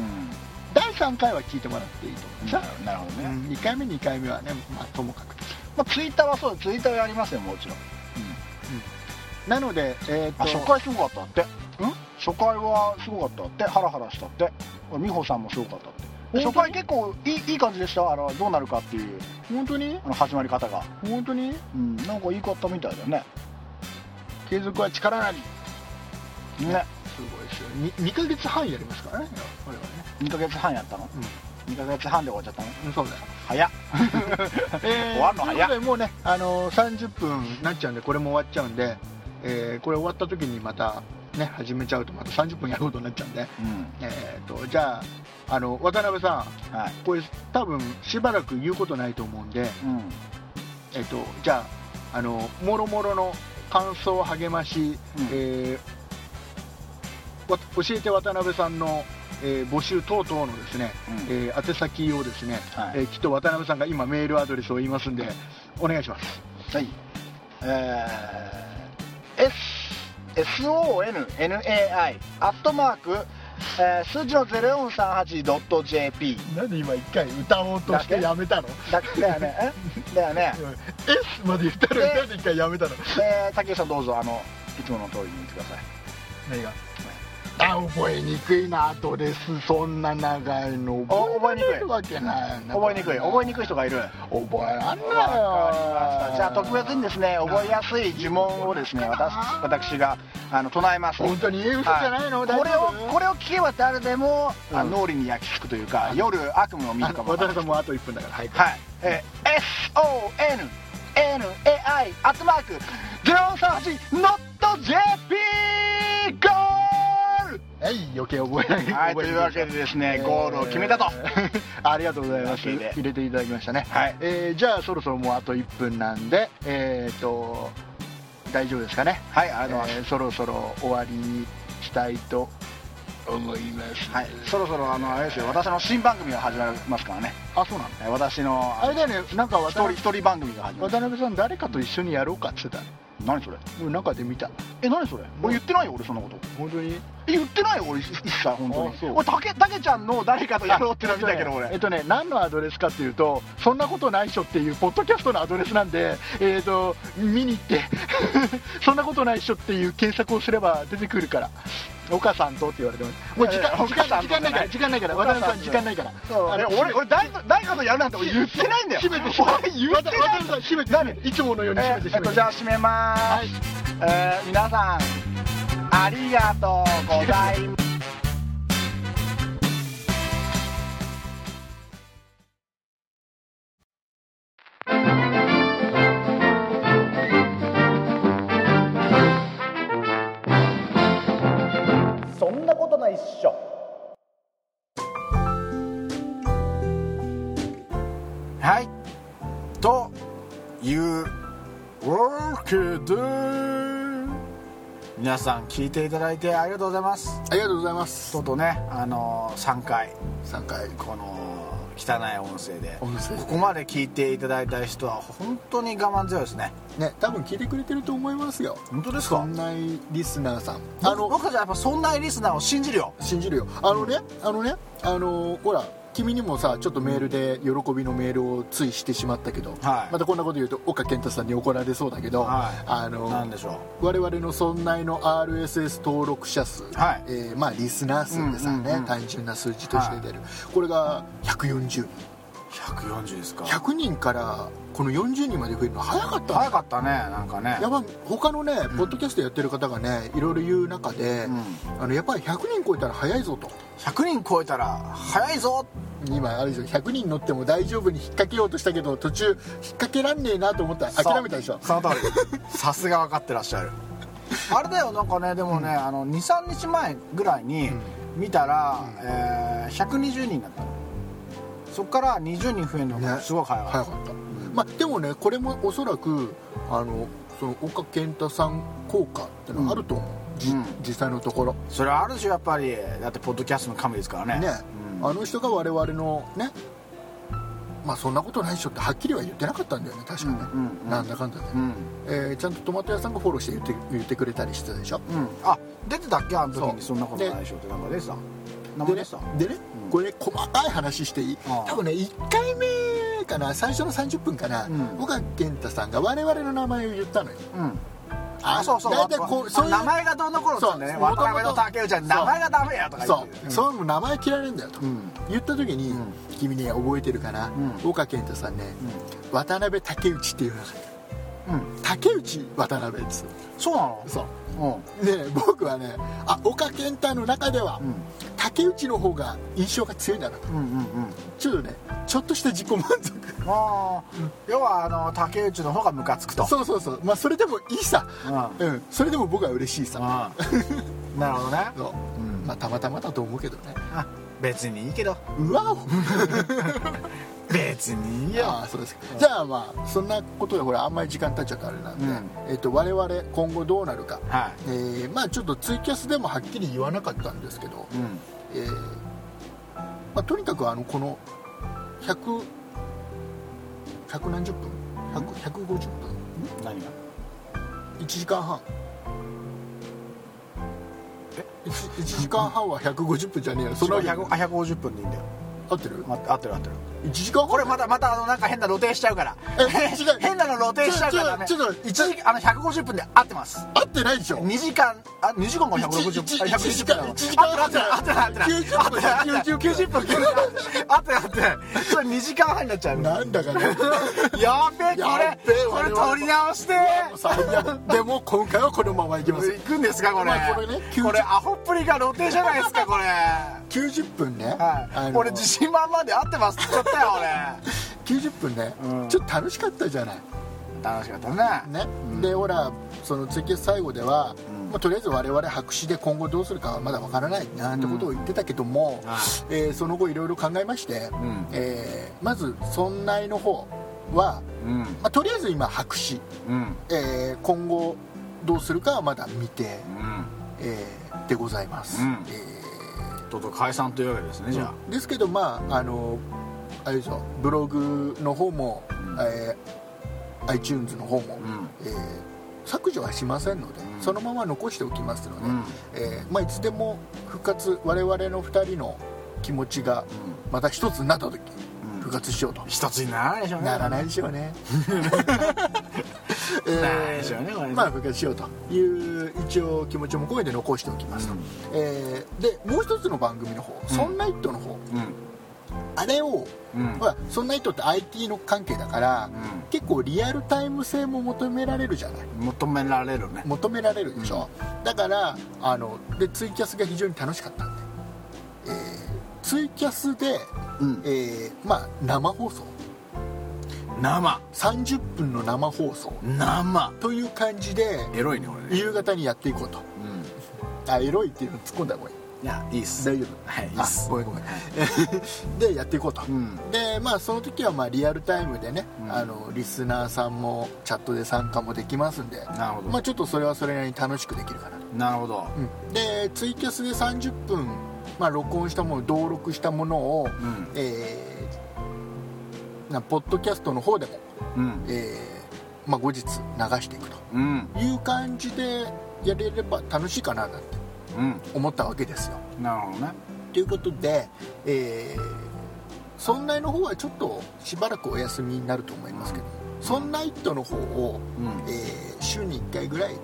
Speaker 4: 第3回は聞いてもらっていいと思い
Speaker 1: ん
Speaker 4: ます
Speaker 1: なるほどね、
Speaker 4: 2回目2回目はね、まあ、ともかくです
Speaker 1: まあ、ツイッターはそうツイッターはやりますよもちろん
Speaker 4: なので、えーっと
Speaker 1: あ初回すごかったって初回はすごかったってハラハラしたって美穂さんもすごかったって初
Speaker 4: 本当
Speaker 1: 回
Speaker 4: に
Speaker 1: 結構いいいい感じでしたあのどうなるかっていう
Speaker 4: 本当に
Speaker 1: あの始まり方が、
Speaker 4: 本当に
Speaker 1: うん、なんかいいったみたいだよね
Speaker 4: 継続は力なり
Speaker 1: ね
Speaker 4: すごいですよ 2, 2ヶ月半やりますからね我々ね
Speaker 1: 2ヶ月半やったの、二2ヶ月半で終わっちゃったの
Speaker 4: うんそうだよ、
Speaker 1: 早っ
Speaker 4: え
Speaker 1: 終わるの早っ
Speaker 4: ということでもうね、あのー30分なっちゃうんでこれも終わっちゃうんで、えーこれ終わった時にまたね始めちゃうとまた30分やることになっちゃうんで
Speaker 1: うん
Speaker 4: えー、とじゃああの渡辺さ
Speaker 1: はい
Speaker 4: んこれ多分しばらく言うことないと思うんで、
Speaker 1: うん
Speaker 4: えー、とじゃああのもろもろの感想励まし、
Speaker 1: うん
Speaker 4: えーわ教えて渡辺さんの、えー募集等々のですね、
Speaker 1: うん
Speaker 4: えー宛先をですね、
Speaker 1: はい
Speaker 4: えーきっと渡辺さんが今メールアドレスを言いますんでお願いします
Speaker 1: はい。えー、S、SONNAI、アットマーク、えー、数字の 0438.jp。
Speaker 4: なんで今一回歌おう
Speaker 1: としてや
Speaker 4: めたの
Speaker 1: だだよね。えだよ ね。
Speaker 4: S まで言った
Speaker 1: のになん
Speaker 4: で一回やめたの
Speaker 1: えー、竹内さんどうぞ、あの、いつもの通りに言ってください。
Speaker 4: 何があ覚えにくいなアドレスそんな長いの
Speaker 1: 覚えにくい
Speaker 4: られるわけないよね
Speaker 1: 覚えにくい、覚えにくい人がいる。
Speaker 4: 覚えらんなよ
Speaker 1: わかりましたじゃあ特別にですね、覚えやすい呪文をですね、私私があの唱えます。
Speaker 4: 本当に嘘じゃないの、
Speaker 1: はい
Speaker 4: 大
Speaker 1: これ
Speaker 4: 丈夫
Speaker 1: をこれを聞けば誰でも、
Speaker 4: う
Speaker 1: あ
Speaker 4: ん
Speaker 1: 脳裏に焼き付くというか夜悪夢を見
Speaker 4: あ
Speaker 1: る
Speaker 4: の
Speaker 1: かもわ
Speaker 4: 渡辺
Speaker 1: からない
Speaker 4: さんもうあと1分だからはい
Speaker 1: はい、えー、SONNAI アットマーク
Speaker 4: は
Speaker 1: 0438.jp ゴール
Speaker 4: い余計覚えない
Speaker 1: はい、と
Speaker 4: 覚えにく
Speaker 1: いうわけでですね、ゴールを決めたと。
Speaker 4: えー ありがとうございます
Speaker 1: というわけで
Speaker 4: 入れていただきましたね、
Speaker 1: はい
Speaker 4: えーじゃあそろそろもうあと1分なんでえっ、と大丈夫ですかね
Speaker 1: はい、ありがとうございます。
Speaker 4: えーそろそろ終わりにしたいと思います
Speaker 1: はい、そろそろあのあれですよ私の新番組が始まりますからね
Speaker 4: あそうなの
Speaker 1: えー私の
Speaker 4: あれだよねなんか
Speaker 1: 一
Speaker 4: 渡
Speaker 1: 人
Speaker 4: 辺
Speaker 1: 一人番組が始まる
Speaker 4: 渡辺さん誰かと一緒にやろうかって言って
Speaker 1: 何それ
Speaker 4: たの中で見た
Speaker 1: え何それ俺言ってないよ俺そんなこと
Speaker 4: 本当に
Speaker 1: え言ってないよ俺一切本当
Speaker 4: あ
Speaker 1: に
Speaker 4: そう
Speaker 1: 俺たけたけちゃんの誰かとやろうってのは見たけど俺
Speaker 4: えっとね何のアドレスかっていうと「そんなことないっしょ」っていうポッドキャストのアドレスなんでえっ、と見に行って 「そんなことないっしょ」っていう検索をすれば出てくるから岡さんとって言われてますもう時間
Speaker 1: いやいや
Speaker 4: 時間時間ないから
Speaker 1: 岡さ
Speaker 4: 時間ないから渡
Speaker 1: んとじゃない岡さん
Speaker 4: 辺さん時間ないから
Speaker 1: そう
Speaker 4: あの
Speaker 1: え俺俺誰と誰かとやるなんて俺言って ないんだよ
Speaker 4: 閉めて閉めて
Speaker 1: 俺言ってない
Speaker 4: 渡辺さん閉めていつものように閉めて
Speaker 1: えっ
Speaker 4: 閉め
Speaker 1: と
Speaker 4: て
Speaker 1: じゃあ閉めまーす
Speaker 4: はい
Speaker 5: えー皆さんありがとうございます
Speaker 6: そんなことないっしょ
Speaker 1: はいというわけで皆さん聞いていただいてありがとうございます
Speaker 2: ありがとうございます
Speaker 1: とうとうねあのー3回
Speaker 2: 3回
Speaker 1: この汚い音声で
Speaker 2: 音声で
Speaker 1: ここまで聞いていただいた人は本当に我慢強いですね
Speaker 2: ね多分聞いてくれてると思いますよ
Speaker 1: 本当です
Speaker 2: そ
Speaker 1: か
Speaker 2: んなリスナーさん
Speaker 1: あ
Speaker 2: あ
Speaker 1: の
Speaker 2: の
Speaker 1: 僕たちはやっぱそんなリスナーを信じるよ
Speaker 2: 信じるよあのねあのねあのほら君にもさちょっとメールで喜びのメールをついしてしまったけど、
Speaker 1: はい
Speaker 2: またこんなこと言うと岡健太さんに怒られそうだけど、
Speaker 1: はい
Speaker 2: あの
Speaker 1: なんでしょう
Speaker 2: 我々の村内の RSS 登録者数、
Speaker 1: はい
Speaker 2: えーまあ、リスナー数ですよね、
Speaker 1: うんうんうん
Speaker 2: 単純な数字として出る、これが140人
Speaker 1: 140ですか
Speaker 2: 100人からこの40人まで増えるの早かったね
Speaker 1: 早かったねなんかね
Speaker 2: やっぱ他のね、ポッドキャストやってる方がねいろいろ言う中で、あのやっぱり100人超えたら早いぞと
Speaker 1: 100人超えたら早いぞ
Speaker 2: 今あれでしょ100人乗っても大丈夫に引っ掛けようとしたけど途中引っ掛けらんねえなと思ったら諦めたでしょ
Speaker 1: そうその通りさすが分かってらっしゃるあれだよなんかねでもね、あの23日前ぐらいに見たら、えー120人だったのそっから20人増えるのがすごい早かった、
Speaker 2: 早かった、まあ、でもねこれもおそらくあのその岡健太さん効果ってのはあると思う、じ
Speaker 1: うん
Speaker 2: 実際のところ
Speaker 1: それはあるでしょやっぱりだってポッドキャストの神ですからね
Speaker 2: ね、あの人が我々のねまあそんなことないでしょってはっきりは言ってなかったんだよね確かね、
Speaker 1: うんうんうん
Speaker 2: なんだかんだで、
Speaker 1: うん、うん
Speaker 2: えーちゃんとトマト屋さんがフォローして言って言ってくれたりしてたでしょ
Speaker 1: うんあ出てたっけあの時に
Speaker 2: そ
Speaker 1: そ
Speaker 2: うん
Speaker 1: なことないでしょってなんか出てた名前
Speaker 2: で
Speaker 1: 出
Speaker 2: ね
Speaker 1: てた
Speaker 2: でね、これね細かい話していい
Speaker 1: ああ
Speaker 2: 多分ね1回目かな最初の30分かな、
Speaker 1: ん
Speaker 2: 岡健太さんが我々の名前を言ったのよ
Speaker 1: うんあそうそう
Speaker 2: 大体こうそういう
Speaker 1: 名前がどうの頃ってね
Speaker 2: そう
Speaker 1: 渡辺の竹内は
Speaker 2: そう
Speaker 1: 名前がダメやとか言っ
Speaker 2: そ
Speaker 1: て
Speaker 2: う、そういうの名前嫌いなんだよと、
Speaker 1: ん
Speaker 2: 言った時に、君ね覚えてるかな、
Speaker 1: う
Speaker 2: 岡健太さんね、渡辺竹内っていうのが
Speaker 1: うん
Speaker 2: 竹内渡辺です
Speaker 1: そうなの
Speaker 2: そう
Speaker 1: うん
Speaker 2: で僕はねあ岡健太の中では、竹内の方が印象が強いんだなと
Speaker 1: うんうんうん
Speaker 2: ちょっとねちょっとした自己満足
Speaker 1: あー要はあの竹内の方がムカつくと
Speaker 2: そうそうそうまあそれでもいいさ
Speaker 1: う
Speaker 2: うんそれでも僕は嬉しいさ
Speaker 1: うんなるほどね
Speaker 2: そうまあたまたまだと思うけどね
Speaker 1: あ別にいいけど
Speaker 2: うわお
Speaker 1: 別にいい
Speaker 2: いやそうですかじゃあまあそんなことでほらあんまり時間経っちゃうとあれなんで、
Speaker 1: うん
Speaker 2: えっと我々今後どうなるか、
Speaker 1: は
Speaker 2: えーまあちょっとツイキャスでもはっきり言わなかったんですけど、
Speaker 1: いうん
Speaker 2: えーまあ、とにかくあのこの100 100何十分100 150分
Speaker 1: 何が
Speaker 2: 1時間半え 1, 時間半は150分じゃねえよそんなわけ
Speaker 1: 100あ150分でいいんだよ
Speaker 2: 合ってる
Speaker 1: 待って合ってる合ってる
Speaker 2: 1時間半
Speaker 1: これまたまたあのなんか変な露呈しちゃうから
Speaker 2: え違 う
Speaker 1: 変なの露呈しちゃうからね
Speaker 2: ちょちょちょ
Speaker 1: 一時あの150分で合ってます
Speaker 2: 合ってないでしょ
Speaker 1: 2時間あ2時間が160
Speaker 2: 1
Speaker 1: 分
Speaker 2: 時間
Speaker 1: あ
Speaker 2: 1時間
Speaker 1: 合ってない合ってない合ってない合ってない合ってない
Speaker 2: 90分
Speaker 1: 90分合ってない合ってないそれ2時間半になっちゃう
Speaker 2: なんだかね
Speaker 1: やべえこ
Speaker 2: や
Speaker 1: れ
Speaker 2: べえ
Speaker 1: こ
Speaker 2: 我
Speaker 1: れ
Speaker 2: 々も
Speaker 1: 取り直して
Speaker 2: 最悪でも今回はこのままいきます
Speaker 1: 行くんですかこれ
Speaker 2: まあこれね90
Speaker 1: これアホっぷりが露呈じゃないですかこれ
Speaker 2: 90分ね、
Speaker 1: は
Speaker 2: あ
Speaker 1: い
Speaker 2: の
Speaker 1: 俺自信満々で合ってますって言っちゃったよ
Speaker 2: 90分ね、
Speaker 1: うん
Speaker 2: ちょっと楽しかったじゃない
Speaker 1: 俺楽しかったね
Speaker 2: ね、でほらそのツイキャス最後では、まあ、とりあえず我々白紙で今後どうするかはまだわからないなんてことを言ってたけども、
Speaker 1: はい
Speaker 2: えーその後いろいろ考えまして、
Speaker 1: ん
Speaker 2: えーまず村内の方は、
Speaker 1: うん
Speaker 2: まあ、とりあえず今白紙、
Speaker 1: うん
Speaker 2: えー今後どうするかはまだ未定、
Speaker 1: うん
Speaker 2: えーでございます、
Speaker 1: うん
Speaker 2: え
Speaker 1: とうとう解散というわけですね
Speaker 2: ー
Speaker 1: じゃ
Speaker 2: ですけどまああのあれでしょブログの方も、えー iTunes の方も、
Speaker 1: ん
Speaker 2: えー削除はしませんので、そのまま残しておきますので、
Speaker 1: うん
Speaker 2: えーまあ、いつでも復活我々の2人の気持ちがまた一つになった時、復活しようと、
Speaker 1: 一つにならないでしょうね
Speaker 2: ならないでしょ うね。
Speaker 1: な
Speaker 2: え
Speaker 1: らないでしょうねこれね
Speaker 2: まあ復活しようという一応気持ちも込めて残しておきますと、
Speaker 1: うん
Speaker 2: えーでもう一つの番組の方「そんなイット!」の方
Speaker 1: うん
Speaker 2: あれを、
Speaker 1: うん
Speaker 2: ほらそんな人って IT の関係だから、
Speaker 1: う
Speaker 2: 結構リアルタイム性も求められるじゃない
Speaker 1: 求められるね
Speaker 2: 求められるでしょ、だからあのでツイキャスが非常に楽しかったんで、えーツイキャスで、
Speaker 1: うん
Speaker 2: えーまあ、生放送
Speaker 1: 生
Speaker 2: 30分の生放送
Speaker 1: 生
Speaker 2: という感じで
Speaker 1: エロいね俺ね
Speaker 2: 夕方にやっていこうと
Speaker 1: うん
Speaker 2: あエロいっていうの突っ込んだらごめん
Speaker 1: いやいいっす
Speaker 2: 大丈夫
Speaker 1: はいいいっ
Speaker 2: あ
Speaker 1: す
Speaker 2: ごめんごめん でやっていこうと、
Speaker 1: うん
Speaker 2: でまあその時はまあリアルタイムでね、
Speaker 1: うん
Speaker 2: あのリスナーさんもチャットで参加もできますんで
Speaker 1: なるほど
Speaker 2: まあ、ちょっとそれはそれなりに楽しくできるかなと
Speaker 1: なるほど
Speaker 2: でツイキャスで30分、まあ、録音したもの登録したものを、
Speaker 1: ん
Speaker 2: えーなポッドキャストの方でも、
Speaker 1: うん
Speaker 2: えーまあ、後日流していくと
Speaker 1: うん
Speaker 2: いう感じでやれれば楽しいかななんて
Speaker 1: う
Speaker 2: 思ったわけですよ
Speaker 1: んなるほどね
Speaker 2: ということで、えー、そんなの方はちょっとしばらくお休みになると思いますけど、そんなイットの方を、
Speaker 1: うん
Speaker 2: えー週に1回ぐらい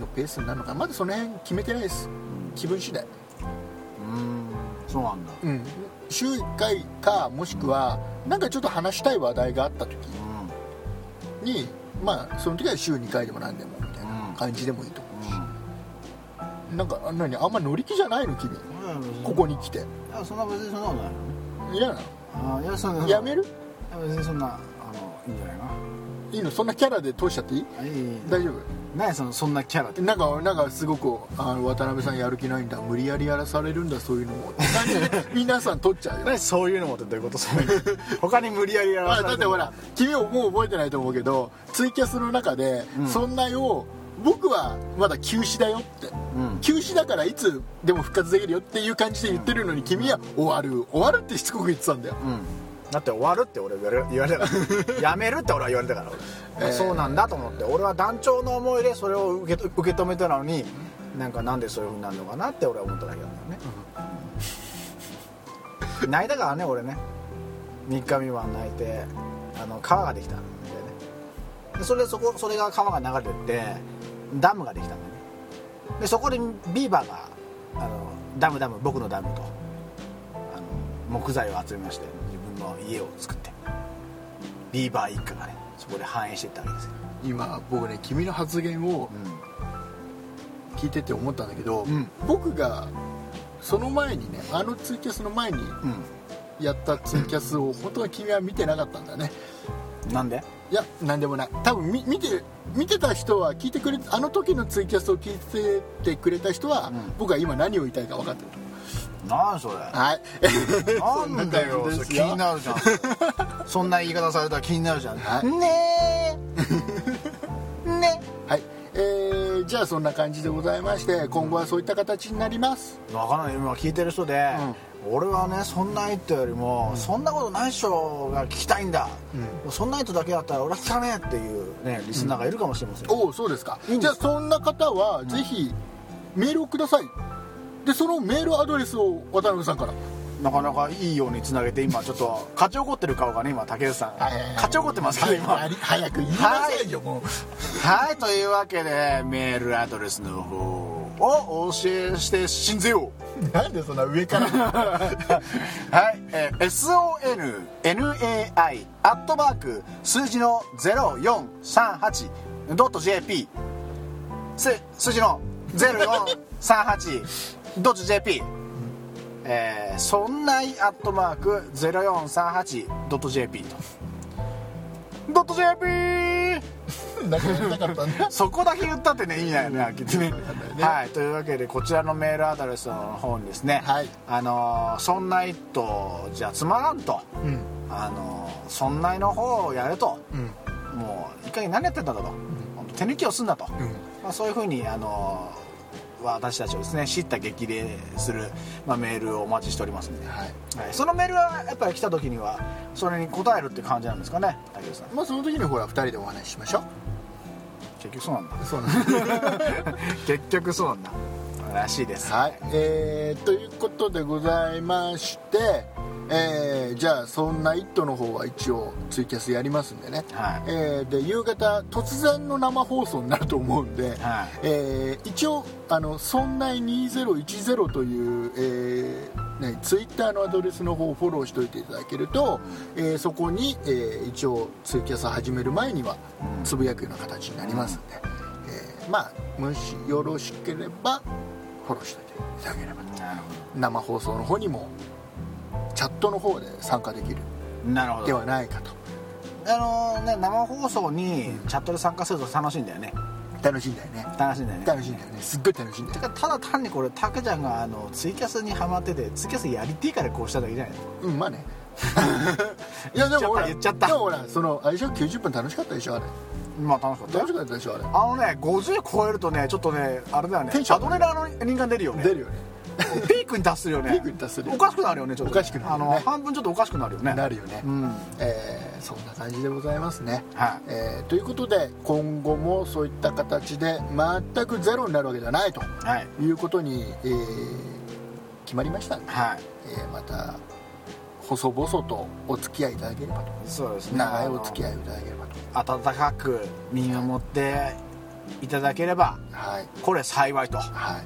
Speaker 2: のペースになるのかなまだその辺決めてないです気分次第
Speaker 1: うんそうなんだ
Speaker 2: うん、週1回かもしくはなんかちょっと話したい話題があった時
Speaker 1: うん
Speaker 2: にまあその時は週2回でも何でもみたいな感じでもいいと思うなんかあ何あんま乗り気じゃないの君
Speaker 1: うん
Speaker 2: ここに来て
Speaker 1: いやそんな別にそんなことない
Speaker 2: 嫌な
Speaker 1: あいやそんな
Speaker 2: のやめる
Speaker 1: いや別にそんなあのいいんじゃないかない
Speaker 2: いのそんなキャラで通しちゃっていい
Speaker 1: あいいいいいい
Speaker 2: 大丈夫
Speaker 1: 何そのそんなキャラって
Speaker 2: なんかなんかすごくあの渡辺さんやる気ないんだ無理やりやらされるんだそういうの もって感じで皆さん取っちゃうよ
Speaker 1: 何そういうのもってどういうこと そういうの他に無理やりやら
Speaker 2: まあ
Speaker 1: され
Speaker 2: だ
Speaker 1: て
Speaker 2: ってほら君ももう覚えてないと思うけどツイキャスの中で、そんなよを僕はまだ休止だよって、
Speaker 1: うん
Speaker 2: 休止だからいつでも復活できるよっていう感じで言ってるのに君は終わる終わるってしつこく言ってたんだよ、
Speaker 1: うんだって終わるって俺言われ言 われたからやめるって俺は言われたから俺、
Speaker 2: えー
Speaker 1: そうなんだと思って俺は団長の思いでそれを受け受け止めたのになんかなんでそういうふうになるのかなって俺は思っただけなんだよね、泣いたからね俺ね三日三晩泣いてあの川ができたんだよねでそれでそこそれが川が流れてってダムができたんだよねでそこでビーバーがあのダムダム僕のダムとあの木材を集めまして自分の家を作ってビーバー一家がねそこで繁栄していったわけですよ、
Speaker 2: 今僕ね君の発言を聞いてて思ったんだけど、
Speaker 1: ん
Speaker 2: 僕がその前にねあのツイキャスの前にやったツイキャスを本当は君は見てなかったんだね
Speaker 1: うんなんで
Speaker 2: いや何でもない多分み見て見てた人は聞いてくれあの時のツイキャスを聞いててくれた人は、
Speaker 1: ん
Speaker 2: 僕は今何を言いたいか分かってると思
Speaker 1: なんそれ
Speaker 2: うはい
Speaker 1: なんだよ
Speaker 2: そんな感じです
Speaker 1: 気
Speaker 2: よ
Speaker 1: になるじゃん そんな言い方されたら気になるじゃん、
Speaker 2: はい
Speaker 1: ねえね
Speaker 2: はいえーじゃあそんな感じでございまして今後はそういった形になります
Speaker 1: わかんない今聞いてる人で、俺はねそんな人よりも、そんなことないっしょが聞きたいんだ、そんな人だけだったら俺は聞かねえっていうねリスナーがいるかもしれません、
Speaker 2: おおそうですか
Speaker 1: いいんで
Speaker 2: じゃ
Speaker 1: す
Speaker 2: あそんな方はぜひメールをくださいでそのメールアドレスを渡辺さんから
Speaker 1: なかなかいいようにつなげて今ちょっと勝ち怒ってる顔がね今竹内さん
Speaker 2: はいはいはい
Speaker 1: 勝ち怒ってますけど 今は
Speaker 2: はい早く言いなさいよもう
Speaker 1: いというわけでメールアドレスの方をお教えして信ぜよう
Speaker 2: なんでそんな上から
Speaker 1: はい、えー sonnai アットマーク数字の 0438.jp す数字の 0438.jp えー、そんないアットマーク 0438.jp と .jp
Speaker 2: なんか言いたかったん だ
Speaker 1: そこだけ言ったってね意味ないよねあきっとね
Speaker 2: いね
Speaker 1: はいというわけでこちらのメールアドレスの方にですね「
Speaker 2: はい
Speaker 1: あのーそんないとじゃつまらんと」
Speaker 2: うん
Speaker 1: あのーそんないの方をやれ」と
Speaker 2: うん
Speaker 1: 「もう一回何やってんだ」と「ほんと手抜きをすんなと」
Speaker 2: ん
Speaker 1: まあ、そういうふうにあのー私たちをですね叱咤激励する、まあ、メールをお待ちしておりますんで、
Speaker 2: はい
Speaker 1: はいそのメールがやっぱり来た時にはそれに答えるって感じなんですかね竹内さん
Speaker 2: まあその時にほら2人でお話ししましょ
Speaker 1: 結局そうなんだ
Speaker 2: うそうなんで す
Speaker 1: 結局そうなんだらしいです
Speaker 2: はいえー、ということでございまして、ええーじゃあそんな「イット!」の方は一応ツイキャスやりますんでね、
Speaker 1: はい
Speaker 2: えーで夕方突然の生放送になると思うんで、
Speaker 1: はい
Speaker 2: えー一応あの「そんない2010」という、えーね、ツイッターのアドレスの方をフォローしておいていただけると、えーそこに、えー一応ツイキャス始める前にはつぶやくような形になりますんで、えーまあもしよろしければフォローしておいていただければと
Speaker 1: なるほ
Speaker 2: 生放送の方にもチャットの方で参加できる
Speaker 1: どなるほ
Speaker 2: で
Speaker 1: ど
Speaker 2: はないかと
Speaker 1: あのね生放送にチャットで参加すると楽しいんだよね
Speaker 2: 楽しいんだよね
Speaker 1: 楽しいんだよね
Speaker 2: 楽しいんだよねすっごい楽しいんだ
Speaker 1: て
Speaker 2: よ
Speaker 1: かただ単にこれタケちゃんがあのツイキャスにハマっててツイキャスやりてえからこうしただけじゃないの
Speaker 2: うんま あねいやでもほら
Speaker 1: 言っちゃった
Speaker 2: でもほらそのあれでしょ90分楽しかったでしょあれ
Speaker 1: まあ楽しかったよ
Speaker 2: 楽しかったでしょあれ
Speaker 1: あのね50超えるとねちょっとねあれだよね
Speaker 2: テンショ
Speaker 1: ア
Speaker 2: ン上
Speaker 1: ド
Speaker 2: が
Speaker 1: レ
Speaker 2: る
Speaker 1: ナリンの人間出るよね
Speaker 2: 出るよね
Speaker 1: ピークに達するよね
Speaker 2: ピークに達するよ
Speaker 1: おかしくなるよねちょっと
Speaker 2: おかしくなるよね
Speaker 1: あの半分ちょっとおかしくなるよね
Speaker 2: なるよね、
Speaker 1: うん
Speaker 2: えーそんな感じでございますね、
Speaker 1: はい
Speaker 2: えーということで今後もそういった形で全くゼロになるわけではないと
Speaker 1: はい
Speaker 2: いうことに、えー決まりましたんで
Speaker 1: はい
Speaker 2: えーまた細々とお付き合いいただければと
Speaker 1: そうですね
Speaker 2: 長いお付き
Speaker 1: 合い
Speaker 2: 合いをいただければと
Speaker 1: 温かく見守っていただければ
Speaker 2: はい
Speaker 1: これ幸いと、
Speaker 2: は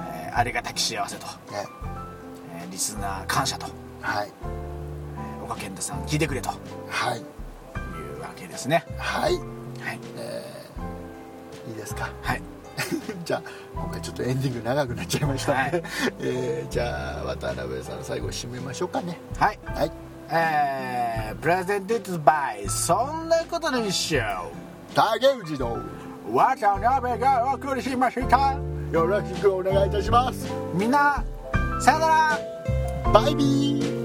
Speaker 1: えーありがたき幸せと、
Speaker 2: いね
Speaker 1: えーリスナー感謝と、
Speaker 2: はい
Speaker 1: えー岡健太さん聞いてくれと
Speaker 2: はい
Speaker 1: いうわけですね
Speaker 2: はい
Speaker 1: はい、
Speaker 2: いいですか
Speaker 1: はい、
Speaker 2: じゃあ今回ちょっとエンディング長くなっちゃいましたね、
Speaker 1: はい
Speaker 2: えーじゃあ渡辺さん最後締めましょうかね
Speaker 1: はい
Speaker 2: はい
Speaker 1: えー、プレゼンティットバイそんなことでしょ
Speaker 2: 竹内の
Speaker 1: うわちゃんのべがお送りしました
Speaker 2: よろしくお願いいたします
Speaker 1: みんなさよなら
Speaker 2: バイビー